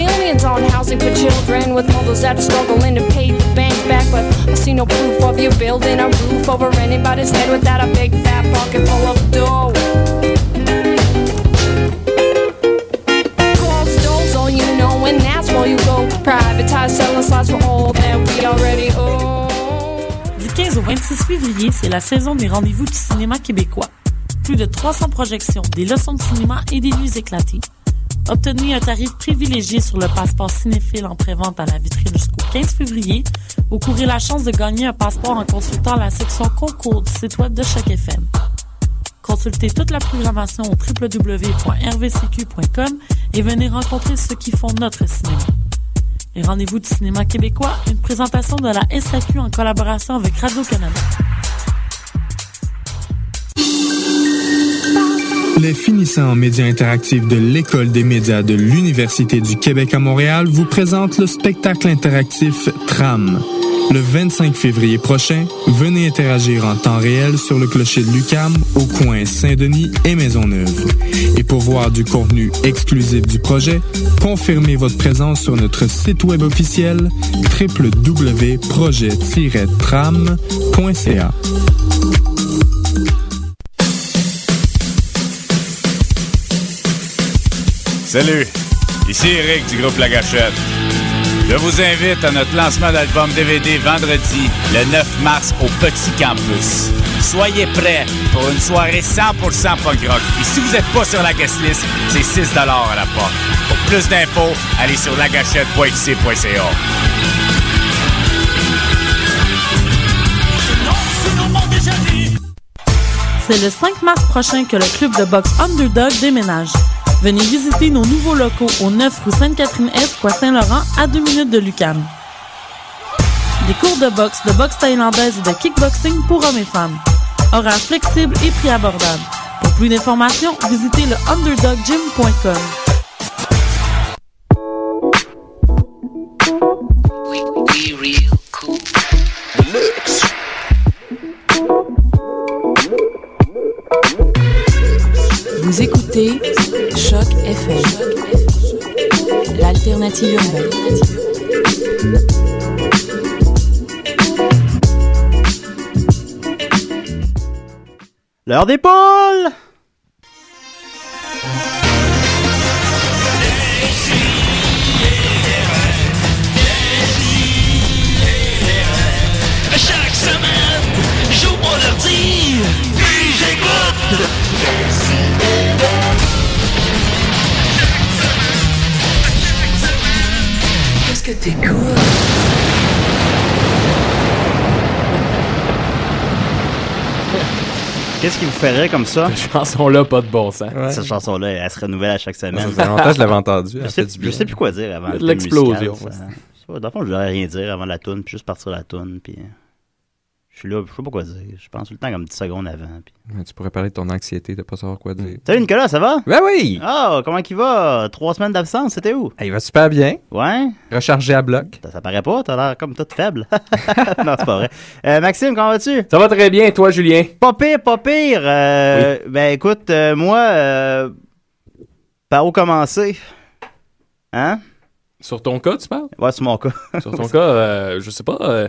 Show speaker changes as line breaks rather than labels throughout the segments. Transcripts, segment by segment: Millions on housing for children with mothers that are struggling to pay the bank back. But I see no proof of you building a roof over anybody's head without a big fat pocket full of dough. Close doors, all you know, and that's where you go. Privatize selling slots for all that we already own.
Du 15 au 26 février, c'est la saison des rendez-vous du cinéma québécois. Plus de 300 projections, des leçons de cinéma et des nuits éclatées. Obtenez un tarif privilégié sur le passeport cinéphile en prévente à la vitrine jusqu'au 15 février ou courez la chance de gagner un passeport en consultant la section concours du site web de chaque FM. Consultez toute la programmation au www.rvcq.com et venez rencontrer ceux qui font notre cinéma. Les rendez-vous du cinéma québécois, une présentation de la SAQ en collaboration avec Radio-Canada.
Les finissants en médias interactifs de l'École des médias de l'Université du Québec à Montréal vous présentent le spectacle interactif Tram. Le 25 février prochain, venez interagir en temps réel sur le clocher de Lucam au coin Saint-Denis et Maisonneuve. Et pour voir du contenu exclusif du projet, confirmez votre présence sur notre site web officiel www.projet-tram.ca.
Salut, ici Eric du groupe La Gâchette. Je vous invite à notre lancement d'album DVD vendredi, le 9 mars, au Petit Campus. Soyez prêts pour une soirée 100% punk rock. Et si vous n'êtes pas sur la guest list, c'est 6 à la porte. Pour plus d'infos, allez sur lagachette.xc.ca.
C'est le 5 mars prochain que le club de boxe Underdog déménage. Venez visiter nos nouveaux locaux au 9 rue Sainte-Catherine-Est, coin Saint-Laurent, à 2 minutes de Lucam. Des cours de boxe, de boxe thaïlandaise et de kickboxing pour hommes et femmes. Horaires flexibles et prix abordables. Pour plus d'informations, visitez le underdoggym.com.
Vous écoutez Choc FM, l'alternative urbaine.
L'heure des pôles
Chaque semaine, j'ouvre mon ordi, puis j'écoute. Qu'est-ce que t'écoutes?
Qu'est-ce qui vous ferait comme ça
Cette chanson-là, pas de bon sens.
Cette chanson-là, elle se renouvelle à chaque
Ça
semaine.
faisait longtemps que je l'avais entendu.
Je
Elle
sais,
fait du
je
bien.
sais plus quoi dire avant.
Il y
le
a de
thème
l'explosion,
musical, ça- ça- Dans le fond, je devrais rien dire avant la toune, puis juste partir la toune, puis... euh, Je suis là, je sais pas quoi dire. Je pense tout le temps comme 10 secondes avant. Puis...
Ouais, Tu pourrais parler de ton anxiété de pas savoir quoi dire.
Salut Nicolas, ça va?
Ben oui!
Ah, comment qu'il va? Trois semaines d'absence, c'était où?
Ah, Il va super bien.
Ouais?
Rechargé à bloc.
Ça, ça paraît pas, t'as l'air comme toute faible. non, c'est pas vrai. Euh, Maxime, comment vas-tu?
Ça va très bien, et toi, Julien?
Pas pire, pas pire. Euh, Ben écoute, euh, moi, euh, par où commencer? Hein?
Sur ton cas, tu parles?
Ouais, c'est mon cas.
Sur ton cas, euh, je sais pas. euh,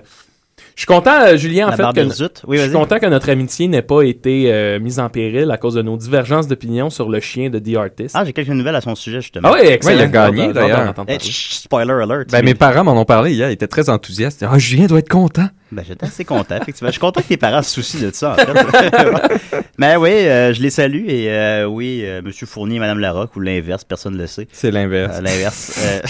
Je suis content, euh, Julien, en
La
fait,
barbe
que...
de zut. Oui,
je suis
vas-y.
content que notre amitié n'ait pas été euh, mise en péril à cause de nos divergences d'opinion sur le chien de The Artist.
Ah, j'ai quelques nouvelles à son sujet, justement.
Ah oui, excellent.
Ouais, il a gagné,
J'entends-
d'ailleurs.
j'entends entendre
Eh,
parler.
chut, spoiler alert.
Ben, mes parents m'en ont parlé hier. Ils étaient très enthousiastes. Ah, Julien doit être content.
Ben, j'étais assez content, effectivement. Je suis content que tes parents se soucient de ça, en fait. Mais oui, euh, je les salue. Et euh, oui, euh, Monsieur Fournier et Mme Larocque, ou l'inverse, personne ne le sait.
C'est l'inverse.
Euh, l'inverse. euh,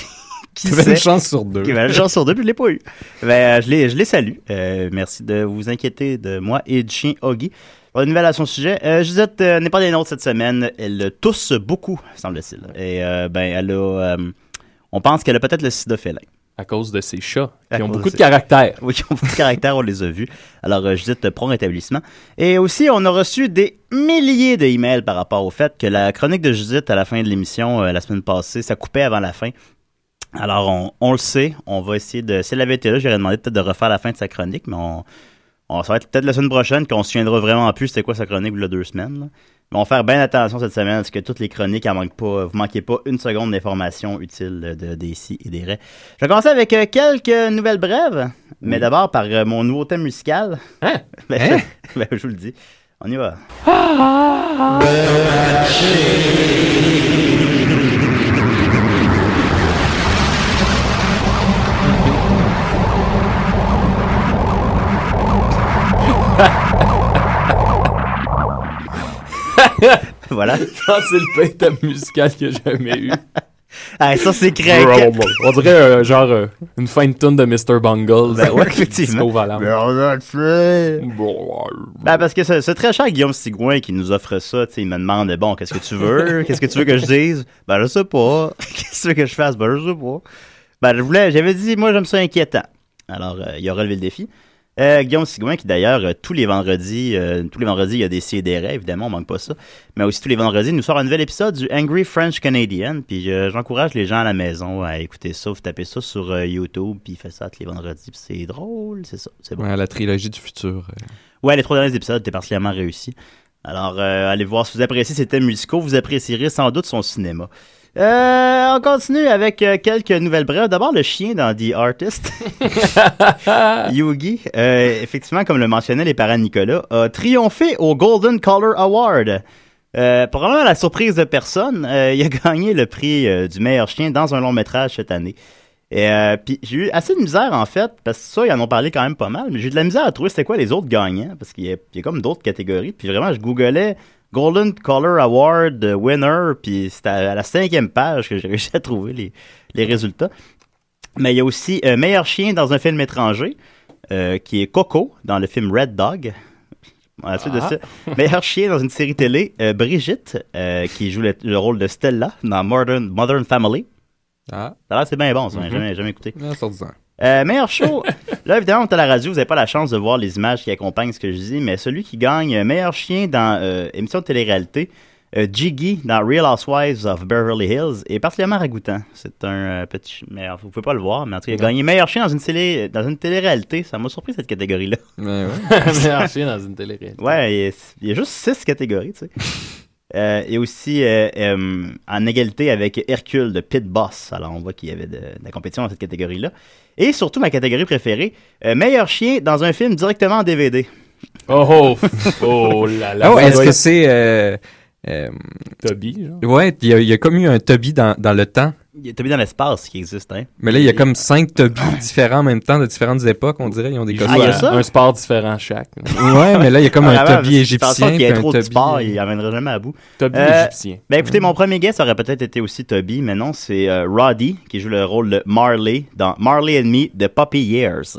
qui
Tu avais une
sait?
chance sur deux.
Ok, ben, la chance sur deux, puis je l'ai pas eu. Ben, euh, je, les, je les salue. Euh, merci de vous inquiéter de moi et du chien Oggy. Une nouvelle à son sujet. Euh, Gisette euh, n'est pas des nôtres cette semaine. Elle tousse beaucoup, semble-t-il. Et euh, ben, elle a. euh, on pense qu'elle a peut-être le sida félin.
À cause de ces chats
À
qui ont
cause de
beaucoup de
ces-
caractère.
Oui, qui ont beaucoup de caractère, on les a vus. Alors, euh, Judith, euh, prompt rétablissement. Et aussi, on a reçu des milliers d'emails par rapport au fait que la chronique de Judith à la fin de l'émission, euh, la semaine passée, ça coupait avant la fin. Alors, on, on le sait, on va essayer de... Si elle avait été là, j'aurais demandé peut-être de refaire la fin de sa chronique, mais on, on- ça va être peut-être la semaine prochaine qu'on se souviendra vraiment plus c'était quoi sa chronique il y a deux semaines. là. Ils vont faire bien attention cette semaine parce que toutes les chroniques, elles manquent pas, euh, vous manquez pas une seconde d'informations utiles de des si et des raies. Je vais commencer avec euh, quelques nouvelles brèves, mais d'abord par euh, mon nouveau thème musical.
Hein?
Ben,
Hein?
je, ben, je vous le dis. On y va. Voilà.
Ah, c'est le pire thème musical que j'ai jamais eu.
Ah, ça, c'est craquant.
On dirait euh, genre euh, une fine tune de Mr. Bungle.
Ben ouais, effectivement.
Disco Valant.
Ben parce que ce, ce très cher Guillaume Sigouin qui nous offre ça, tu sais, il me demande bon, qu'est-ce que tu veux Qu'est-ce que tu veux que je dise Ben je sais pas. qu'est-ce que tu veux que je fasse Ben je sais pas. Ben je voulais, j'avais dit moi j'aime ça inquiétant. Alors euh, il a relevé le défi. Euh, Guillaume Sigouin qui d'ailleurs euh, tous les vendredis, euh, tous les vendredis il y a des CDR évidemment, on manque pas ça. Mais aussi tous les vendredis, il nous sort un nouvel épisode du Angry French Canadian. Puis euh, j'encourage les gens à la maison à écouter ça, vous tapez ça sur euh, YouTube, puis il fait ça tous les vendredis, puis c'est drôle, c'est ça, c'est bon.
Ouais, la trilogie du futur. euh.
Ouais, les trois derniers épisodes étaient particulièrement réussis. Alors, euh, allez voir si vous appréciez ses thèmes musicaux, vous apprécierez sans doute son cinéma. Euh, on continue avec euh, quelques nouvelles brèves. D'abord, le chien dans The Artist, Yugi, euh, effectivement, comme le mentionnait les parents de Nicolas, a triomphé au Golden Collar Award. Euh, probablement à la surprise de personne, euh, il a gagné le prix euh, du meilleur chien dans un long métrage cette année. Et euh, puis j'ai eu assez de misère en fait, parce que ça, ils en ont parlé quand même pas mal, mais j'ai eu de la misère à trouver c'était quoi les autres gagnants, parce qu'il y, a- il y a comme d'autres catégories. Puis vraiment, je googlais Golden Collar Award euh, Winner, puis c'était à la cinquième page que j'ai réussi à trouver les, les résultats. Mais il y a aussi euh, Meilleur chien dans un film étranger, euh, qui est Coco dans le film Red Dog. À la suite de ça, meilleur chien dans une série télé, euh, Brigitte, euh, qui joue le, le rôle de Stella dans Modern, Modern Family.
Ah,
Ça a l'air, c'est bien bon, ça, hein, j'ai jamais, jamais écouté.
en sortant.
Euh, meilleur show. Là, évidemment, on est à la radio, vous n'avez pas la chance de voir les images qui accompagnent ce que je dis, mais celui qui gagne euh, meilleur chien dans euh, émission de télé-réalité, euh, Jiggy dans Real Housewives of Beverly Hills, est particulièrement ragoûtant. C'est un euh, petit. chi- Mais alors, vous pouvez pas le voir, mais en tout cas, il a gagné meilleur chien dans une, télé... dans une télé-réalité. Ça m'a surpris cette catégorie-là.
Mais Ben ouais.
Meilleur chien dans une télé
Ouais, il y, a, il y a juste six catégories, tu sais. Euh, et aussi euh, euh, en égalité avec Hercule de Pit Boss. Alors, on voit qu'il y avait de, de la compétition dans cette catégorie-là. Et surtout, ma catégorie préférée, euh, meilleur chien dans un film directement en DVD.
Oh, oh, oh là là.
Oh,
Ça
est-ce
doit
que
être
c'est. euh, euh,
Toby, genre?
ouais, il y, a- il y a comme eu un Toby dans, dans le temps.
Il est mis dans l'espace qui existe, hein.
Mais là, il y a comme cinq Toby différents en même temps de différentes époques, on dirait. Ils ont des
Ils
costumes.
jouent
il y a
à
ça?
un sport différent chaque.
Ouais, mais là, Ah, il y a Ah, comme un
Apparemment,
Toby
je pense pas
égyptien.
qu'il y
puis
ait
un
trop de
Toby- euh,
sport, il n'amènera jamais à bout.
Toby
Euh,
égyptien.
Ben
Mm.
écoutez, mon premier guess aurait peut-être été aussi Toby, mais non, c'est euh, Roddy qui joue le rôle de Marley dans Marley and Me de Poppy Years.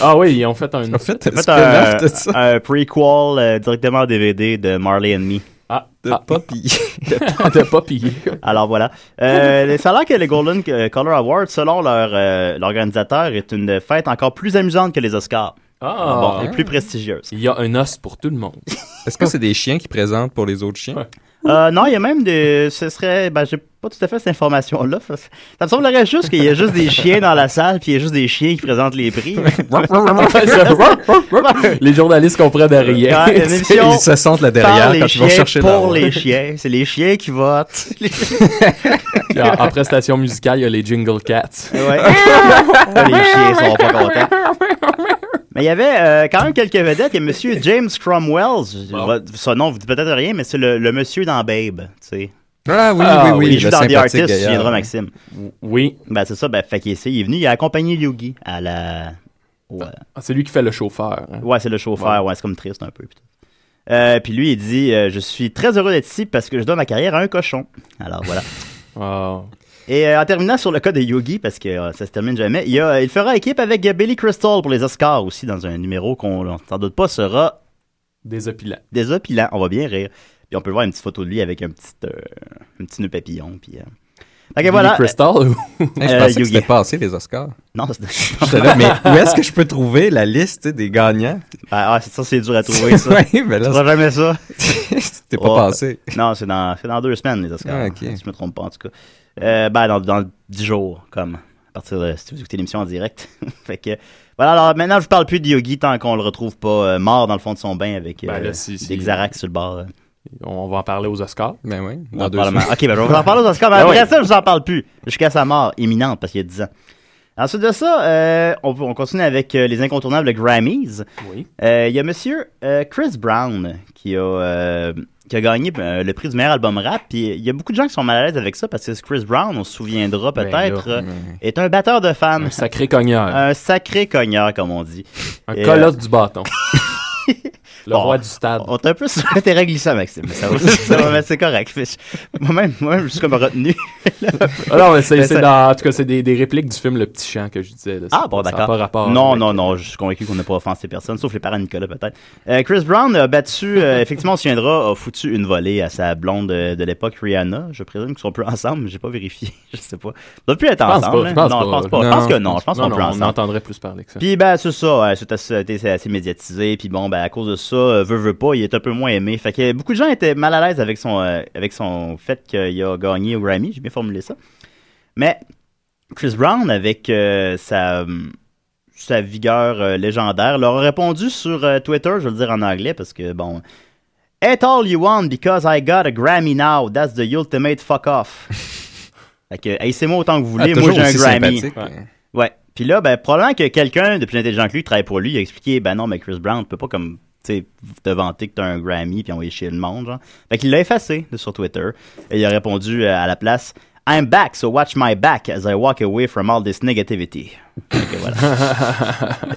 Ah oui, ils ont fait un.
En fait,
C'est
c'est un de ça.
un, un prequel euh, directement en DVD de Marley and Me.
Ah,
De
ah,
Poppy.
de Poppy.
Alors voilà. Euh, le salaire que les Golden euh, Color Awards, selon leur euh, l'organisateur, est une fête encore plus amusante que les Oscars.
Ah,
bon, et plus prestigieuse.
Il y a un os pour tout le monde.
Est-ce que c'est des chiens qui présentent pour les autres chiens?
Ouais.
Euh, non, il y a même des. Ce serait. Ben, j'ai pas tout à fait cette information-là. Ça ça me semblerait juste qu'il y a juste des chiens dans la salle, puis il y a juste des chiens qui présentent les prix.
les journalistes comprennent de rien.
Quand une émission
Ils se sentent là
par
derrière
les
quand ils vont
chiens,
chercher
pour
leur-
les chiens. C'est les chiens qui votent.
Puis en, en prestation Ah, musicale, il y a les Jingle Cats.
Ouais. Ah, les chiens sont pas contents. Mais il y avait euh, quand même quelques vedettes. Il y a monsieur James Cromwell. Je- votre- Son nom vous dit peut-être rien, mais c'est le, le monsieur dans Babe. tu sais.
Ah oui,
Ah
oui,
oui,
oui.
il joue
le
dans The
sympathique
Artist, tu te
gaillard.
souviendras, Maxime.
Oui,
Ben, c'est ça. Ben, fait qu'il est, il est venu, il a accompagné Yugi à la. Ouais,
Ah, c'est lui qui fait le chauffeur. hein.
Ouais, c'est le chauffeur. Ouais, c'est comme triste un peu. putain. Euh, puis lui, il dit euh, Je suis très heureux d'être ici parce que je donne ma carrière à un cochon. Alors voilà.
Ah.
Et euh, en terminant sur le cas de Yogi, parce que euh, ça se termine jamais, il, y a- il fera équipe avec euh, Billy Crystal pour les Oscars aussi, dans un numéro qu'on, on s'en doute pas, sera
Désopilant.
désopilant. On va bien rire. Puis on peut voir une petite photo de lui avec un petit, euh, un petit nœud papillon. Puis, euh. Fait que
Billy
voilà.
Crystal ou-
Hey, je
Euh,
pensais que
Yugi.
c'était passé les Oscars.
Euh, non, c'est...
J'étais là, mais où est-ce que je peux trouver la liste tu sais, des gagnants?
ah, ah, c'est- ça, c'est dur à trouver, ça.
Ouais, mais
Tu
là,
feras jamais ça.
c'était
Oh.
pas passé.
Non, c'est dans, c'est dans deux semaines, les Oscars.
Ah, ok.
Si je me trompe pas, en tout cas. Euh, ben, dans, dans dix jours, comme. À partir de, si vous écoutez l'émission en direct. fait que, voilà, alors maintenant, je vous parle plus de Yogi tant qu'on le retrouve pas euh, mort dans le fond de son bain avec euh,
Ben là, si, si.
des Xanax sur le bord. euh.
On va en parler aux Oscars.
Ben oui, dans
Non,
deux
probablement.
semaines.
Ok, ben je vais vous en parler aux Oscars, mais
Ben
après
ouais.
ça, je vous en parle plus. Jusqu'à sa mort imminente, parce qu'il y a 10 ans. Ensuite de ça, euh, on, on continue avec euh, les incontournables Grammys.
Oui.
Euh, Il y a monsieur euh, Chris Brown qui a, euh, qui a gagné euh, le prix du meilleur album rap. Puis il y a beaucoup de gens qui sont mal à l'aise avec ça parce que Chris Brown, on se souviendra
Ben
peut-être,
là,
euh, est un batteur de
Un
femmes.
sacré cogneur.
Un sacré cogneur, comme on dit.
un
Ah, et,
colosse du bâton. le
Bon,
roi du stade.
On t'a un peu sur un terrain glissant, Maxime. mais Ça va, ça va, mais c'est correct. Je- Moi-même, moi-même, je suis comme retenu.
Ah non, mais c'est,
Mais
c'est
ça-
dans- en tout cas, c'est des, des répliques du film Le Petit Chant que je disais. là.
Ah
Ça-
bon,
ça a
d'accord.
pas rapport
non,
avec- euh,
non, non, je suis convaincu qu'on n'a pas offensé personne, sauf les parents de Nicolas peut-être. Euh, Chris Brown a battu, euh, effectivement, on se souviendra, a foutu une volée à sa blonde euh, de l'époque, Rihanna. Je présume qu'ils sont plus ensemble, mais j'ai pas vérifié, je sais pas. Ils doivent plus être
Je pense
ensemble.
pas, je
hein.
pense
non, je
pas.
pense pas. Je pense que non, je pense
Non,
qu'on
non,
plus
on
ensemble.
entendrait plus parler que ça.
Puis ben c'est ça, ouais, c'est assez, c'est assez médiatisé, puis bon ben à cause de ça, euh, veut veut pas, il est un peu moins aimé. Fait que beaucoup de gens étaient mal à l'aise avec son euh, avec son fait qu'il a gagné au Grammy, j'ai bien formulé ça. Mais Chris Brown avec euh, sa hum, sa vigueur euh, légendaire leur a répondu sur euh, Twitter, je vais le dire en anglais parce que bon At all you want because I got a Grammy now, that's the ultimate fuck off. fait que haïssez-moi autant que vous
Ah,
voulez, moi
toujours
j'ai un
aussi
Grammy.
sympathique,
Ouais.
mais-
Ouais. Puis là, ben, probablement que quelqu'un de plus intelligent que lui travaille pour lui. Il a expliqué, ben non, mais Chris Brown, tu peux pas comme, tu sais, te vanter que t'as un Grammy puis envoyer chier le monde, genre. Fait qu'il l'a effacé de- sur Twitter. Et il a répondu euh, à la place, I'm back, so watch my back as I walk away from all this negativity. Ok, voilà.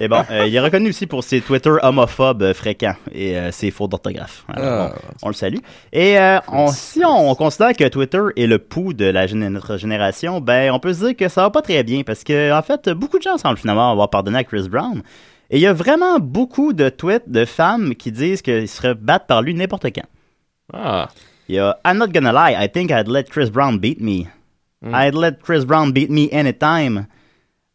et bon, euh, il est reconnu aussi pour ses Twitter homophobes euh, fréquents et euh, ses fautes d'orthographe. Alors,
Ah,
bon, on le salue. Et euh, on- si on, considère que Twitter est le pouls de la gén- notre génération, ben on peut se dire que ça va pas très bien parce que en fait, beaucoup de gens semblent finalement avoir pardonné à Chris Brown. Et il y a vraiment beaucoup de tweets de femmes qui disent qu'ils seraient battus par lui n'importe quand.
Ah,
Il y a I'm not gonna lie, I think I'd let Chris Brown beat me.
Hmm.
I'd let Chris Brown beat me anytime.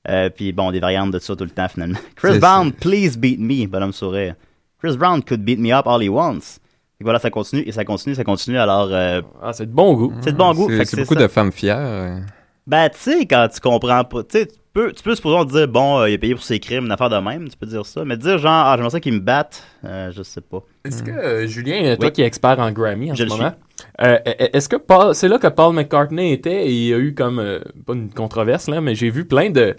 Euh, puis bon, des variantes de ça tout le temps finalement. Chris
C'est-
Brown, please beat me, bonhomme sourire. Chris Brown could beat me up all he wants. Et voilà, ça continue, et ça continue, ça continue. Alors, euh,
ah, c'est de bon goût.
c'est de bon goût. Fait
Ah,
que
C'est c'est beaucoup
ça.
de femmes fières. euh.
Ben, tu sais, quand tu comprends pas, tu sais, tu peux, tu peux supposons dire, bon, euh, il est payé pour ses crimes, une affaire de même, tu peux dire ça. Mais dire genre, ah, j'aimerais ça qu'il me batte, euh, je sais pas.
Est-ce que, euh, Julien, euh, toi qui es expert en Grammy en
Je
ce
le
moment, euh, euh, est-ce que Paul, c'est là que Paul McCartney était et il y a eu comme, euh, pas une controverse là, mais j'ai vu plein de,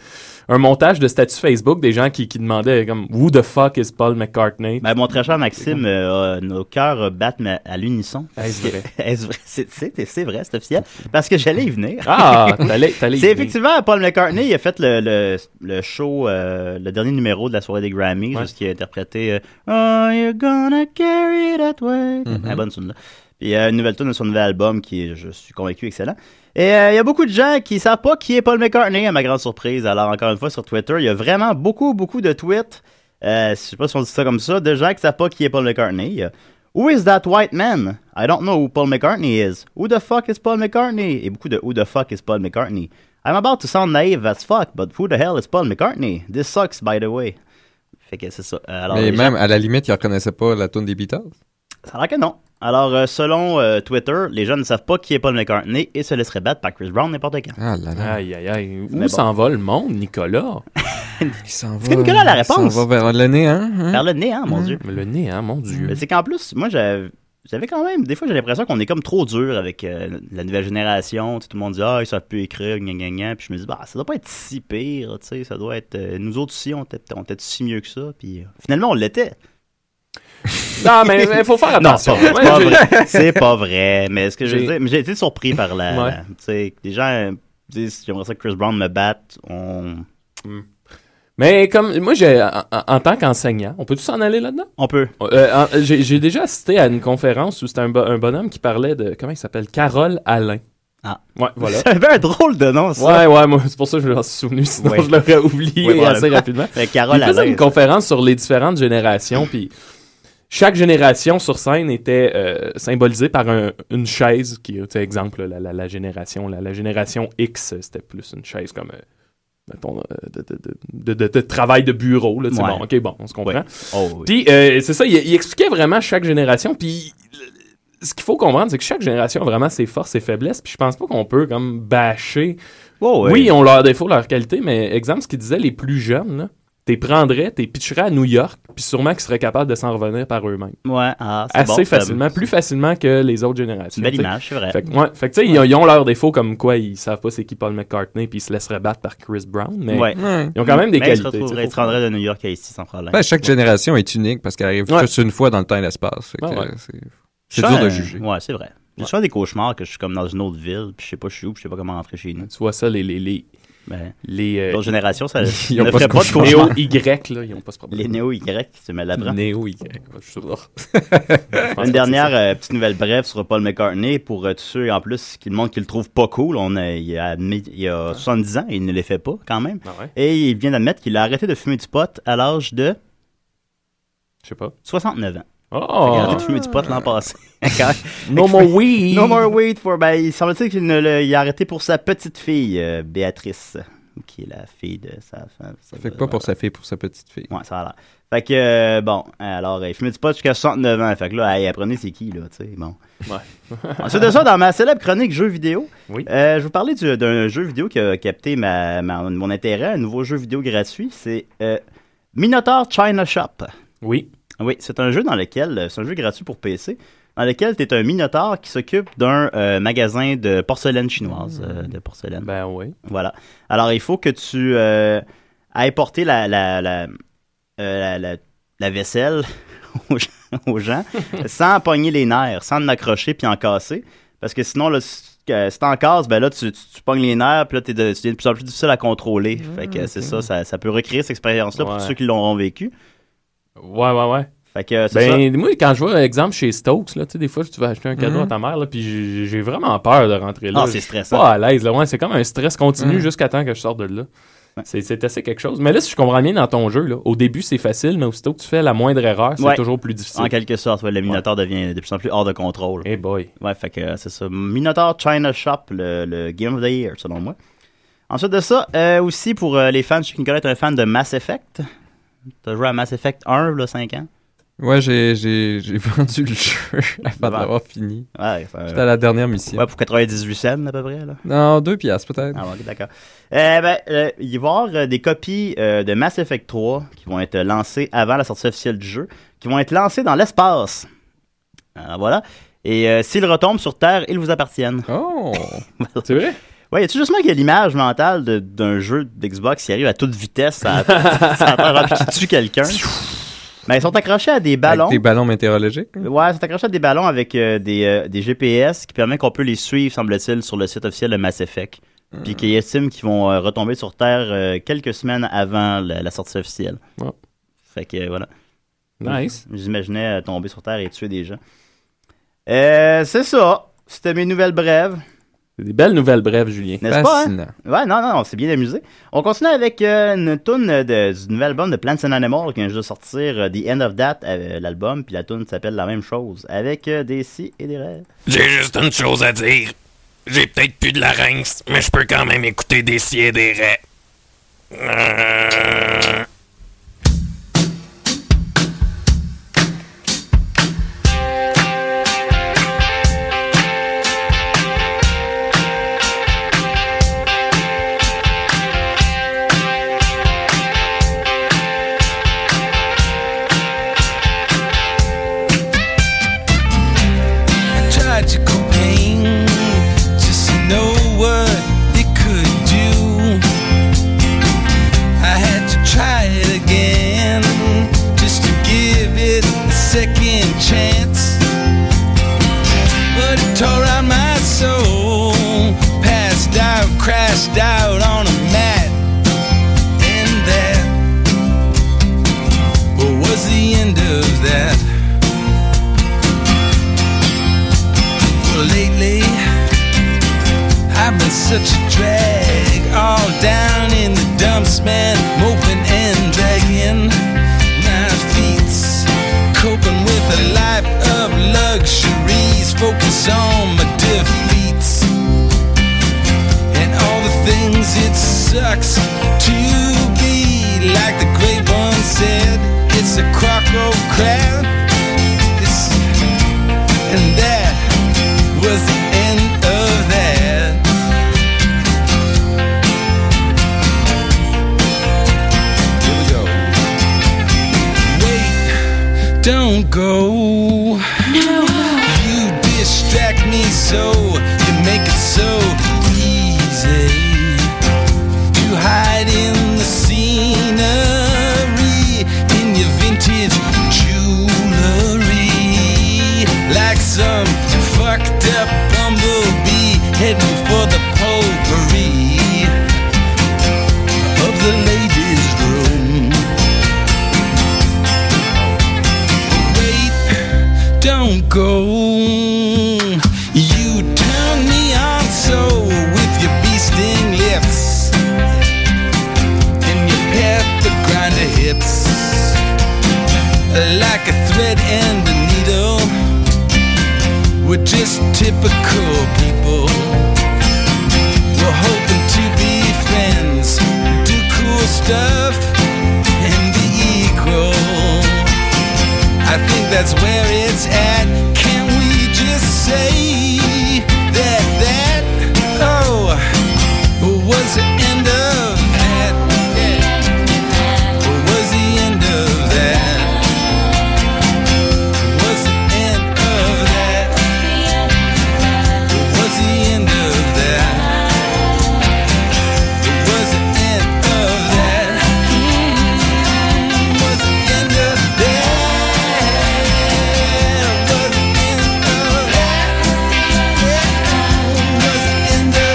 un montage de statuts Facebook des gens qui, qui demandaient comme, who the fuck is Paul McCartney?
Ben, mon très cher Maxime, euh, euh, nos cœurs euh, battent mais à l'unisson.
Est-ce Ben, vrai?
Est-ce vrai? C'est- C'est c'est vrai, c'est officiel. Parce que j'allais y venir.
Ah, t'allais, t'allais. y
C'est
venir.
effectivement Paul McCartney. Il a fait le, le, le show, euh, le dernier numéro de la soirée des Grammys,
Ouais.
qui a interprété euh, Oh, you're gonna carry that way.
Mm-hmm.
La bonne tune là. Puis il y a une nouvelle tune de son nouvel album qui est, je suis convaincu, excellent. Et euh, il y a beaucoup de gens qui savent pas qui est Paul McCartney, à ma grande surprise. Alors, encore une fois, sur Twitter, il y a vraiment beaucoup, beaucoup de tweets. Euh, je sais pas si on dit ça comme ça, de gens qui savent pas qui est Paul McCartney. Il y a, Who is that white man? I don't know who Paul McCartney is. Who the fuck is Paul McCartney? Et beaucoup de Who the fuck is Paul McCartney? I'm about to sound naive as fuck, but who the hell is Paul McCartney? This sucks, by the way. Fait que c'est ça. Euh, Alors,
mais
les
même, à la limite, ils reconnaissaient pas la tune des Beatles.
gens- ça a l'air que non. Alors, euh, selon euh, Twitter, les gens ne savent pas qui est Paul McCartney et se laisseraient battre par Chris Brown n'importe quand.
Ah là là.
Aïe, aïe, aïe. Où
Mais bon.
s'en va le monde, Nicolas?
Il s'en
Est-ce que Nicolas a la
il s'en
réponse?
va vers le nez, hein? hein?
Par le nez, hein, mon Dieu.
Mais Le nez, hein, mon Dieu.
Mais c'est qu'en plus, moi, j'avais j'avais quand même. Des fois, j'ai l'impression qu'on est comme trop dur avec euh, la nouvelle génération. Tu sais, tout le monde dit Ah, ils savent plus écrire, gna gna gna. Puis je me dis Bah, ça doit pas être si pire, tu sais. Ça doit être. euh, nous autres aussi, on était on était si mieux que ça. Puis euh, finalement, on l'était.
Non, mais il faut faire
Non, c'est
attention.
pas,
Ouais,
c'est pas
j'ai-
vrai. C'est pas vrai. Mais ce que je veux
J'ai-
dire, mais j'ai été surpris par la.
Ouais.
la- tu sais, les gens euh, disent J'aimerais ça que Chris Brown me batte. On,
Mais comme, moi, j'ai, en, en- en tant qu'enseignant, on peut tous s'en aller là-dedans?
on peut.
Euh, en- j'ai, j'ai déjà assisté à une conférence où c'était un, bo- un bonhomme qui parlait de, comment il s'appelle? Carole Alain.
Ah.
Ouais, voilà.
Ça avait un drôle de nom, ça.
Ouais, ouais, moi, c'est pour ça que je l'en suis souvenu, sinon
Ouais.
je l'aurais oublié
Ouais,
assez
probablement.
rapidement.
Fait que Carole
il faisait
Alain,
une conférence sur les différentes générations, puis chaque génération sur scène était euh, symbolisée par un- une chaise, qui, tu sais, exemple, la, la- la génération, la, la génération X, c'était plus une chaise comme, euh, mettons, euh, de, de- de- de- de- de travail de bureau, là, tu sais,
Ouais.
bon, ok, bon, on se comprend.
Oh, oui.
hein. Puis, euh, c'est ça, il, il expliquait vraiment chaque génération. Puis, le- ce qu'il faut comprendre, c'est que chaque génération a vraiment ses forces, ses faiblesses. Puis, je pense pas qu'on peut, comme, bâcher.
Oh,
Oui, ils ont leurs défauts, leurs qualités, mais exemple, ce qu'il disait, les plus jeunes, là, t'es prendrais, t'es pitcherais à New York, puis sûrement qu'ils seraient capables de s'en revenir par eux-mêmes.
Ouais, ah, c'est
Assez
bon, ça.
facilement, plus facilement que les autres générations.
C'est une belle
tu sais.
image, c'est vrai.
Fait que, ouais, fait que, tu sais, ils, ont- ils ont leurs défauts comme quoi ils savent pas c'est qui Paul McCartney puis ils se laisseraient battre par Chris Brown, mais
Ouais.
ils ont quand même des
Mais ils se
qualités. tu sais,
retrouveraient, ils
faut-
se rendraient de New York à ici sans problème.
Ben, chaque génération est unique parce qu'elle arrive
Ouais.
juste une fois dans le temps et l'espace. Fait que,
Ouais, ouais.
euh, c'est- C'est
Je
dur de
fais-
juger.
Ouais, c'est vrai. J'ai souvent des cauchemars que je suis comme dans une autre ville, puis je sais pas je suis où, puis je sais pas comment rentrer chez nous.
Tu vois ça, les. les, les,
Ben,
les euh,
L'autre génération, ça
Ils ont
ne
pas
ferait pas
ce
de
cauchemar.
cauchemar.
Néo-Y, là, ils ont pas ce problème.
Les néo-Y, c'est malabrant.
Néo, il-
Je sais pas. Je pense que
Une
c'est
dernière
ça.
euh, petite nouvelle brève sur Paul McCartney pour euh, tous ceux en plus qui le monde qui le trouve pas cool. On a, il, a admis- il a 70 ans, il ne les fait pas quand même.
Ah ouais,
Et il vient d'admettre qu'il a arrêté de fumer du pot à l'âge de
je sais pas.
69 ans. Il a
Oh!
arrêté de fumer du pot l'an passé. Quand-
No more weed!
no more wait for. Ben, il semble-t-il qu'il ne le- il a arrêté pour sa petite fille, euh, Béatrice, qui est la fille de sa femme. Ça
Fait
va-
que pas pour sa fille, pour sa petite fille.
Ouais, ça a l'air. Fait que, euh, bon, alors, euh, il fumait du pot jusqu'à 69 ans. Fait que là, hey, apprenez c'est qui, là, tu sais, bon. Ensuite de ça, dans ma célèbre chronique jeux vidéo,
Oui.
euh, je vous parlais du- d'un jeu vidéo qui a capté ma, ma- mon intérêt, un nouveau jeu vidéo gratuit, c'est euh, Minotaur China Shop.
Oui.
Oui, c'est un jeu dans lequel, euh, c'est un jeu gratuit pour PC, dans lequel tu es un Minotaur qui s'occupe d'un euh, magasin de porcelaine chinoise, euh, de porcelaine.
Ben oui.
Voilà. Alors, il faut que tu euh, ailles porter la, la, la, euh, la, la- la vaisselle aux gens, aux gens, sans pogner les nerfs, sans en accrocher puis en casser. Parce que sinon, là, si euh, si t'en casses, ben là, tu, tu, tu pognes les nerfs, puis là, t'es de- tu deviens de plus en plus difficile à contrôler. fait que c'est ça, ça, ça peut recréer cette expérience-là pour
Ah, Ouais.
ceux qui l'auront vécu.
Ouais, ouais, ouais.
Fait que euh, c'est ça. Mhm.
Ben, moi, quand je vois, exemple, chez Stokes, là, tu sais, des fois, tu vas acheter un cadeau à ta mère, là, puis j'ai- j'ai vraiment peur de rentrer là.
Ah, c'est
Je suis
stressant. Mhm.
Pas à l'aise, là. Ouais, c'est comme un stress continu jusqu'à temps que je sorte de là. C'est- C'est assez quelque chose. Mais là, si je comprends bien dans ton jeu, là, au début, c'est facile, mais aussitôt que tu fais la moindre erreur, c'est
Ouais.
toujours plus difficile.
En quelque sorte, ouais, le Minotaur devient de plus en plus hors de contrôle.
Eh boy.
Ouais, fait que euh, c'est ça. Minotaur China Shop, le, le Game of the Year, selon moi. Ensuite de ça, euh, aussi pour euh, les fans, je sais que Nicolas est un fan de Mass Effect. T'as joué à Mass Effect 1, là, 5 ans.
Ouais, j'ai- j'ai j'ai vendu le jeu avant de
Bon.
l'avoir fini.
Ouais, ça-
C'était à la dernière mission.
ouais, pour 98 cents, à peu près, là.
Non, deux piastres peut-être.
Ah, ouais, ok, d'accord. Euh, ben, euh, il va y avoir euh, des copies euh, de Mass Effect 3 qui vont être lancées avant la sortie officielle du jeu, qui vont être lancées dans l'espace. Alors, voilà. Et euh, s'ils retombent sur Terre, ils vous appartiennent.
Oh!
C'est vrai?
Ouais, y a-tu juste moi qui a l'image mentale de- d'un jeu d'Xbox qui arrive à toute vitesse, ça, ça part qui tue quelqu'un? Mais ils sont accrochés à des ballons.
Avec des ballons météorologiques. là.
Ouais, ils sont accrochés à des ballons avec euh, des, euh, des GPS qui permettent qu'on peut les suivre, semble-t-il, sur le site officiel de Mass Effect.
Mmh.
Puis qu'ils estiment qu'ils vont euh, retomber sur Terre euh, quelques semaines avant la, la sortie officielle.
Ouais.
Fait que euh, voilà.
Nice.
J'imaginais euh, tomber sur Terre et tuer des gens. Euh, C'est ça. C'était mes nouvelles brèves,
C'est des belles nouvelles brèves, Julien.
n'est-ce pas? hein?
Fascinant.
Ouais, non, non, on s'est bien amusé. On continue avec euh, une tune de, du nouvel album de Plants and Animals qui vient juste de sortir, euh, The End of That, euh, l'album, puis la tune s'appelle la même chose, avec euh, des si et des rêves.
J'ai juste une chose à dire. J'ai peut-être plus de la rince, mais je peux quand même écouter des si et des raies. Euh.
I tried your cocaine just to know what it could do. I had to try it again just to give it a second chance. But it tore out my soul, passed out, crashed out on a mat. And that was the end of that. Well, lately I've been such a drag, all down in the dumps, man, moping and dragging. My feet's coping with a life of luxuries, focus on my defeats and all the things it sucks to be. Like the great one said, it's a crock of crap. This and that was the end of that. Here we go. don't go. No. You distract me so, you make it so easy. You hide in the scenery, in your vintage jewelry. Like some fucked up bumblebee heading for the potpourri of the ladies' room. don't go. You turn me on so with your beasting lips and you pet the grinder hips like a thread and a needle. We're just typical people. We're hoping to be friends, do cool stuff, and be equal. I think that's where it's at. Can we just say that that oh was the end of that? Was the end of that? Was the end of that? Was the end of that? Was the end of that? Was the end of that? Was the end of that? Was the end of that? Was the end of that? Was the end of that? Was the end of that?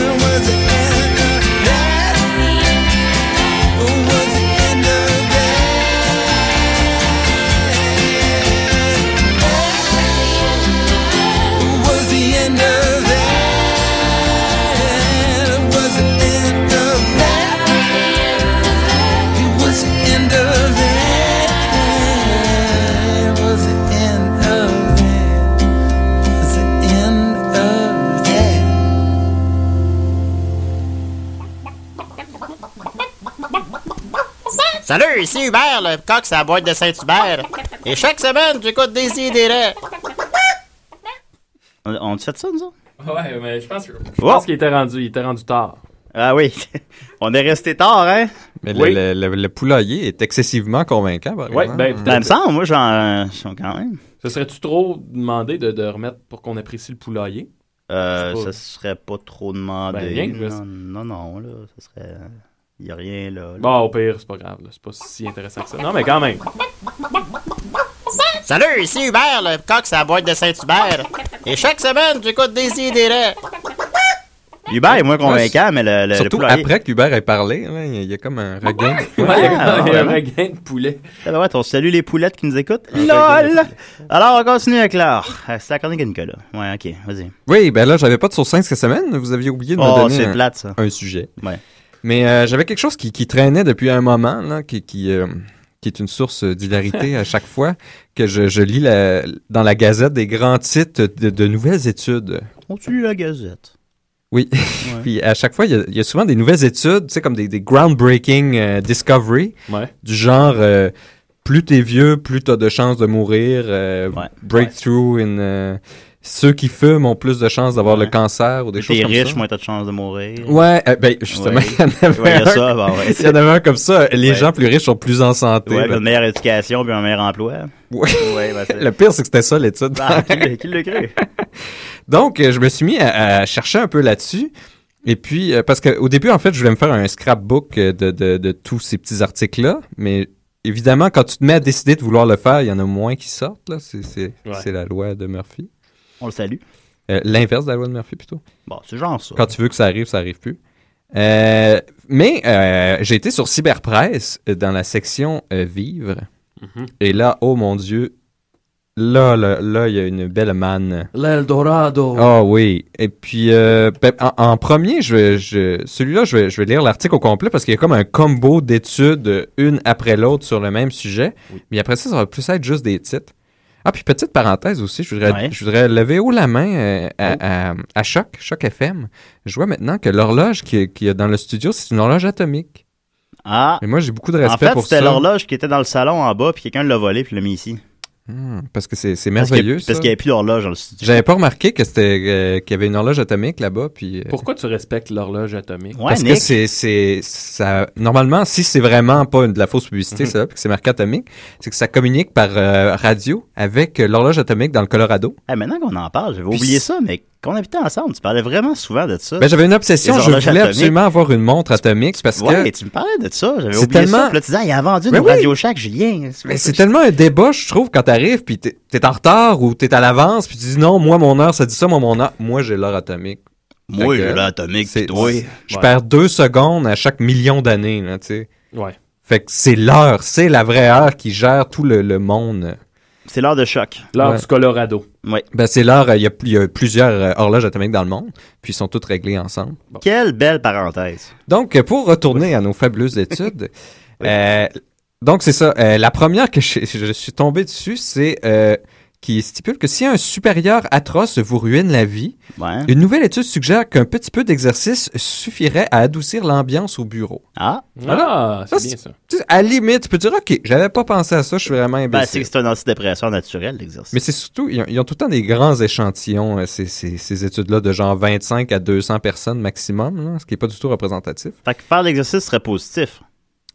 Oh, was the end of that? Was the end of that? Was the end of that? Was the end of that? Was the end of that? Was the end of that? Was the end of that? Was the end of that?
Salut, ici Hubert, le coq à la boîte de Saint-Hubert. Et chaque semaine, j'écoute des idées.
On, on te fait ça, nous autres?
Ouais, mais je pense, que- je pense qu'il était rendu, il était rendu tard.
Ah oui, on est resté tard, hein?
Mais
Oui.
le, le- le- le poulailler est excessivement convaincant, par
Ouais,
exemple. Mm.
ben, peut-être-
Ben, il me semble, moi, j'en. j'en- quand même.
Ce serait-tu trop demandé de, de remettre pour qu'on apprécie le poulailler?
Euh,
Je sais
ça
pas.
serait pas trop
Ben,
demandé.
rien que je-
non, non, non, là, ça serait. Il n'y a rien, là. là.
Bon, Bah, au pire, c'est pas grave, là, c'est pas si intéressant que ça. Non, mais quand même.
Salut, ici Hubert, le coq à la boîte de Saint-Hubert. Et chaque semaine, j'écoute des idées.
Hubert est moins convaincant, mais le, le- le
Surtout
poulailler-
après qu'Hubert ait parlé, là, il y, a- il y a comme un regain.
Ah,
Il y a
vraiment.
un gain de poulet.
Ah, ben ouais, on salue les poulettes qui nous écoutent.
Ah,
LOL! Alors, on continue avec l'art. Euh, C'est la chronique de Nicolas. Ouais, ok, vas-y.
Oui, ben là, j'avais pas de source 5 cette semaine. Vous aviez oublié de me
Oh,
donner
c'est
un,
plate, ça.
un sujet.
Ouais.
Mais euh, j'avais quelque chose qui, qui traînait depuis un moment, là, qui, qui, euh, qui est une source d'hilarité à chaque fois que je, je lis la- dans la Gazette des grands titres de, de nouvelles études.
On tue la gazette.
Oui. Puis à chaque fois, il y a- il y, a souvent des nouvelles études, tu sais, comme des, des groundbreaking euh, discovery,
Ouais.
du genre euh, plus t'es vieux, plus t'as de chances de mourir, euh,
Ouais.
breakthrough in. euh, ceux qui fument ont plus de chances d'avoir le cancer ou des choses
T'es
comme
riche,
ça.
moins t'as de chances de mourir.
Ouais, euh, ben justement,
Ouais.
il y en avait
Ouais, il y a
un-
ça, bah ouais.
il y en avait un comme ça. Les
Ouais.
gens plus riches sont plus en santé.
Ouais,
là.
puis une meilleure éducation, puis un meilleur emploi.
ben, Ouais.
Ouais, ben, c'est-
Le pire, c'est que c'était ça l'étude.
Ah, qui l'a- qui l'a cru?
Donc, euh, je me suis mis à, à chercher un peu là-dessus. Et puis, euh, parce qu'au début, en fait, je voulais me faire un scrapbook euh, de, de- de tous ces petits articles-là. Mais évidemment, quand tu te mets à décider de vouloir le faire, il y en a moins qui sortent. là. C'est c'est-
Ouais.
c'est la loi de Murphy.
On le salue.
Euh, L'inverse de la loi de Murphy, plutôt.
Bon, c'est genre ça.
Quand tu veux que ça arrive, ça arrive plus. Euh, mais euh, j'ai été sur Cyberpresse euh, dans la section euh, Vivre.
Mhm.
Et là, oh mon Dieu, là, là, là, il y a une belle manne.
L'Eldorado.
Ah oui. Et puis, euh, ben, en, en premier, je vais- je, celui-là, je vais, je vais lire l'article au complet parce qu'il y a comme un combo d'études, euh, une après l'autre, sur le même sujet. Mais après ça, ça va plus être juste des titres. Ah, puis petite parenthèse aussi, je voudrais,
Ouais. Oh.
je voudrais lever haut la main euh, à, à- à Choc, Choc FM. Je vois maintenant que l'horloge qui- qu'il y a dans le studio, c'est une horloge atomique.
Ah.
Mais moi, j'ai beaucoup de respect
en fait,
pour
c'était
ça.
l'horloge qui était dans le salon en bas, puis quelqu'un l'a volé puis l'a mis ici.
Hmm, parce que c'est c'est
Parce qu'il y a-
merveilleux.
parce qu'il y avait plus d'horloge dans le studio.
J'avais pas remarqué que c'était euh, qu'il y avait une horloge atomique là-bas. Puis, euh,
Pourquoi tu respectes l'horloge atomique?
parce que c'est, c'est, ça, normalement, si c'est vraiment pas une- de la fausse publicité,
Mhm.
ça, puis que c'est marqué atomique, c'est que ça communique par euh, radio avec euh, l'horloge atomique dans le Colorado.
Eh, maintenant qu'on en parle, j'avais
Puis
oublié
c'est-
ça, mais qu'on habitait ensemble, tu parlais vraiment souvent de ça.
Ben, j'avais une obsession,
Les
je
horloges
voulais
atomiques.
absolument avoir une montre atomique parce que.
Ouais, tu me parlais de ça, j'avais
C'est
oublié ça.
tellement-
Puis là, tu disais, ah, il a vendu
Mais
nos
oui.
Radio Shack, Julien.
Mais ben, c'est tellement un débauche, je trouve, quand t'arrives, puis t'es, t'es en retard ou t'es à l'avance, puis tu dis non, moi, mon heure, ça dit ça, moi, mon heure. Moi, j'ai l'heure atomique.
Moi,
Fait que,
j'ai l'heure atomique, puis
c'est-
toi.
c'est- Je
Ouais.
perds deux secondes à chaque million d'années, là, tu sais.
Ouais.
Fait que c'est l'heure, c'est la vraie heure qui gère tout le, le monde.
C'est l'heure de choc.
L'heure
Ouais.
du Colorado.
Ouais.
Ben, c'est l'heure, il y, a- il y a plusieurs euh, horloges atomiques dans le monde, puis ils sont toutes réglées ensemble.
Quelle belle parenthèse.
Donc, euh, pour retourner à nos fabuleuses études, euh, donc c'est ça. euh, la première que je, je suis tombé dessus, c'est euh, qui stipule que si un supérieur atroce vous ruine la vie, une nouvelle étude suggère qu'un petit peu d'exercice suffirait à adoucir l'ambiance au bureau.
Ah,
Ah, c'est bien ça.
tu sais, à la limite, tu peux dire, OK, j'avais pas pensé à ça, je suis vraiment
Ben, c'est
imbécile.
que c'est un antidépresseur naturel, l'exercice.
mais c'est surtout, ils ont, ils ont tout le temps des grands échantillons, euh, ces, ces- ces études-là, de genre 25 à 200 personnes maximum, là, ce qui n'est pas du tout représentatif.
Fait que faire l'exercice serait positif.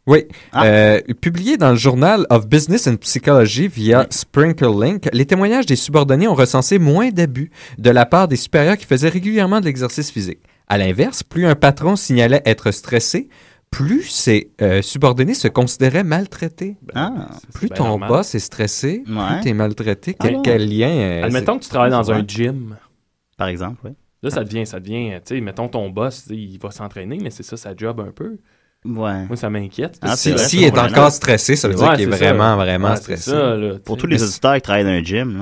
Oui.
Ah.
Euh, publié dans le journal of Business and Psychology via Sprinkle Link, les témoignages des subordonnés ont recensé moins d'abus de la part des supérieurs qui faisaient régulièrement de l'exercice physique. À l'inverse, plus un patron signalait être stressé, plus ses euh, subordonnés se considéraient maltraités.
Ah.
Plus
bien
ton
normal.
boss est stressé,
Ouais.
plus t'es maltraité.
Ah
Quel,
bon?
quel lien. euh,
Admettons
c'est-
que tu travailles dans
Ouais.
un gym.
Par exemple, oui.
Là, ça devient, ça devient, euh, tu sais, mettons ton boss, tu sais, il va s'entraîner, mais c'est ça sa job un peu.
Ouais.
Moi, ça m'inquiète.
Ah,
Si-
c'est vrai,
s'il
c'est
est
comprenable.
encore stressé, ça veut dire
Ouais,
qu'il est
c'est ça.
vraiment, vraiment
Ouais, c'est
stressé.
ça, là, tu
Pour
sais.
tous les auditeurs qui travaillent dans un gym,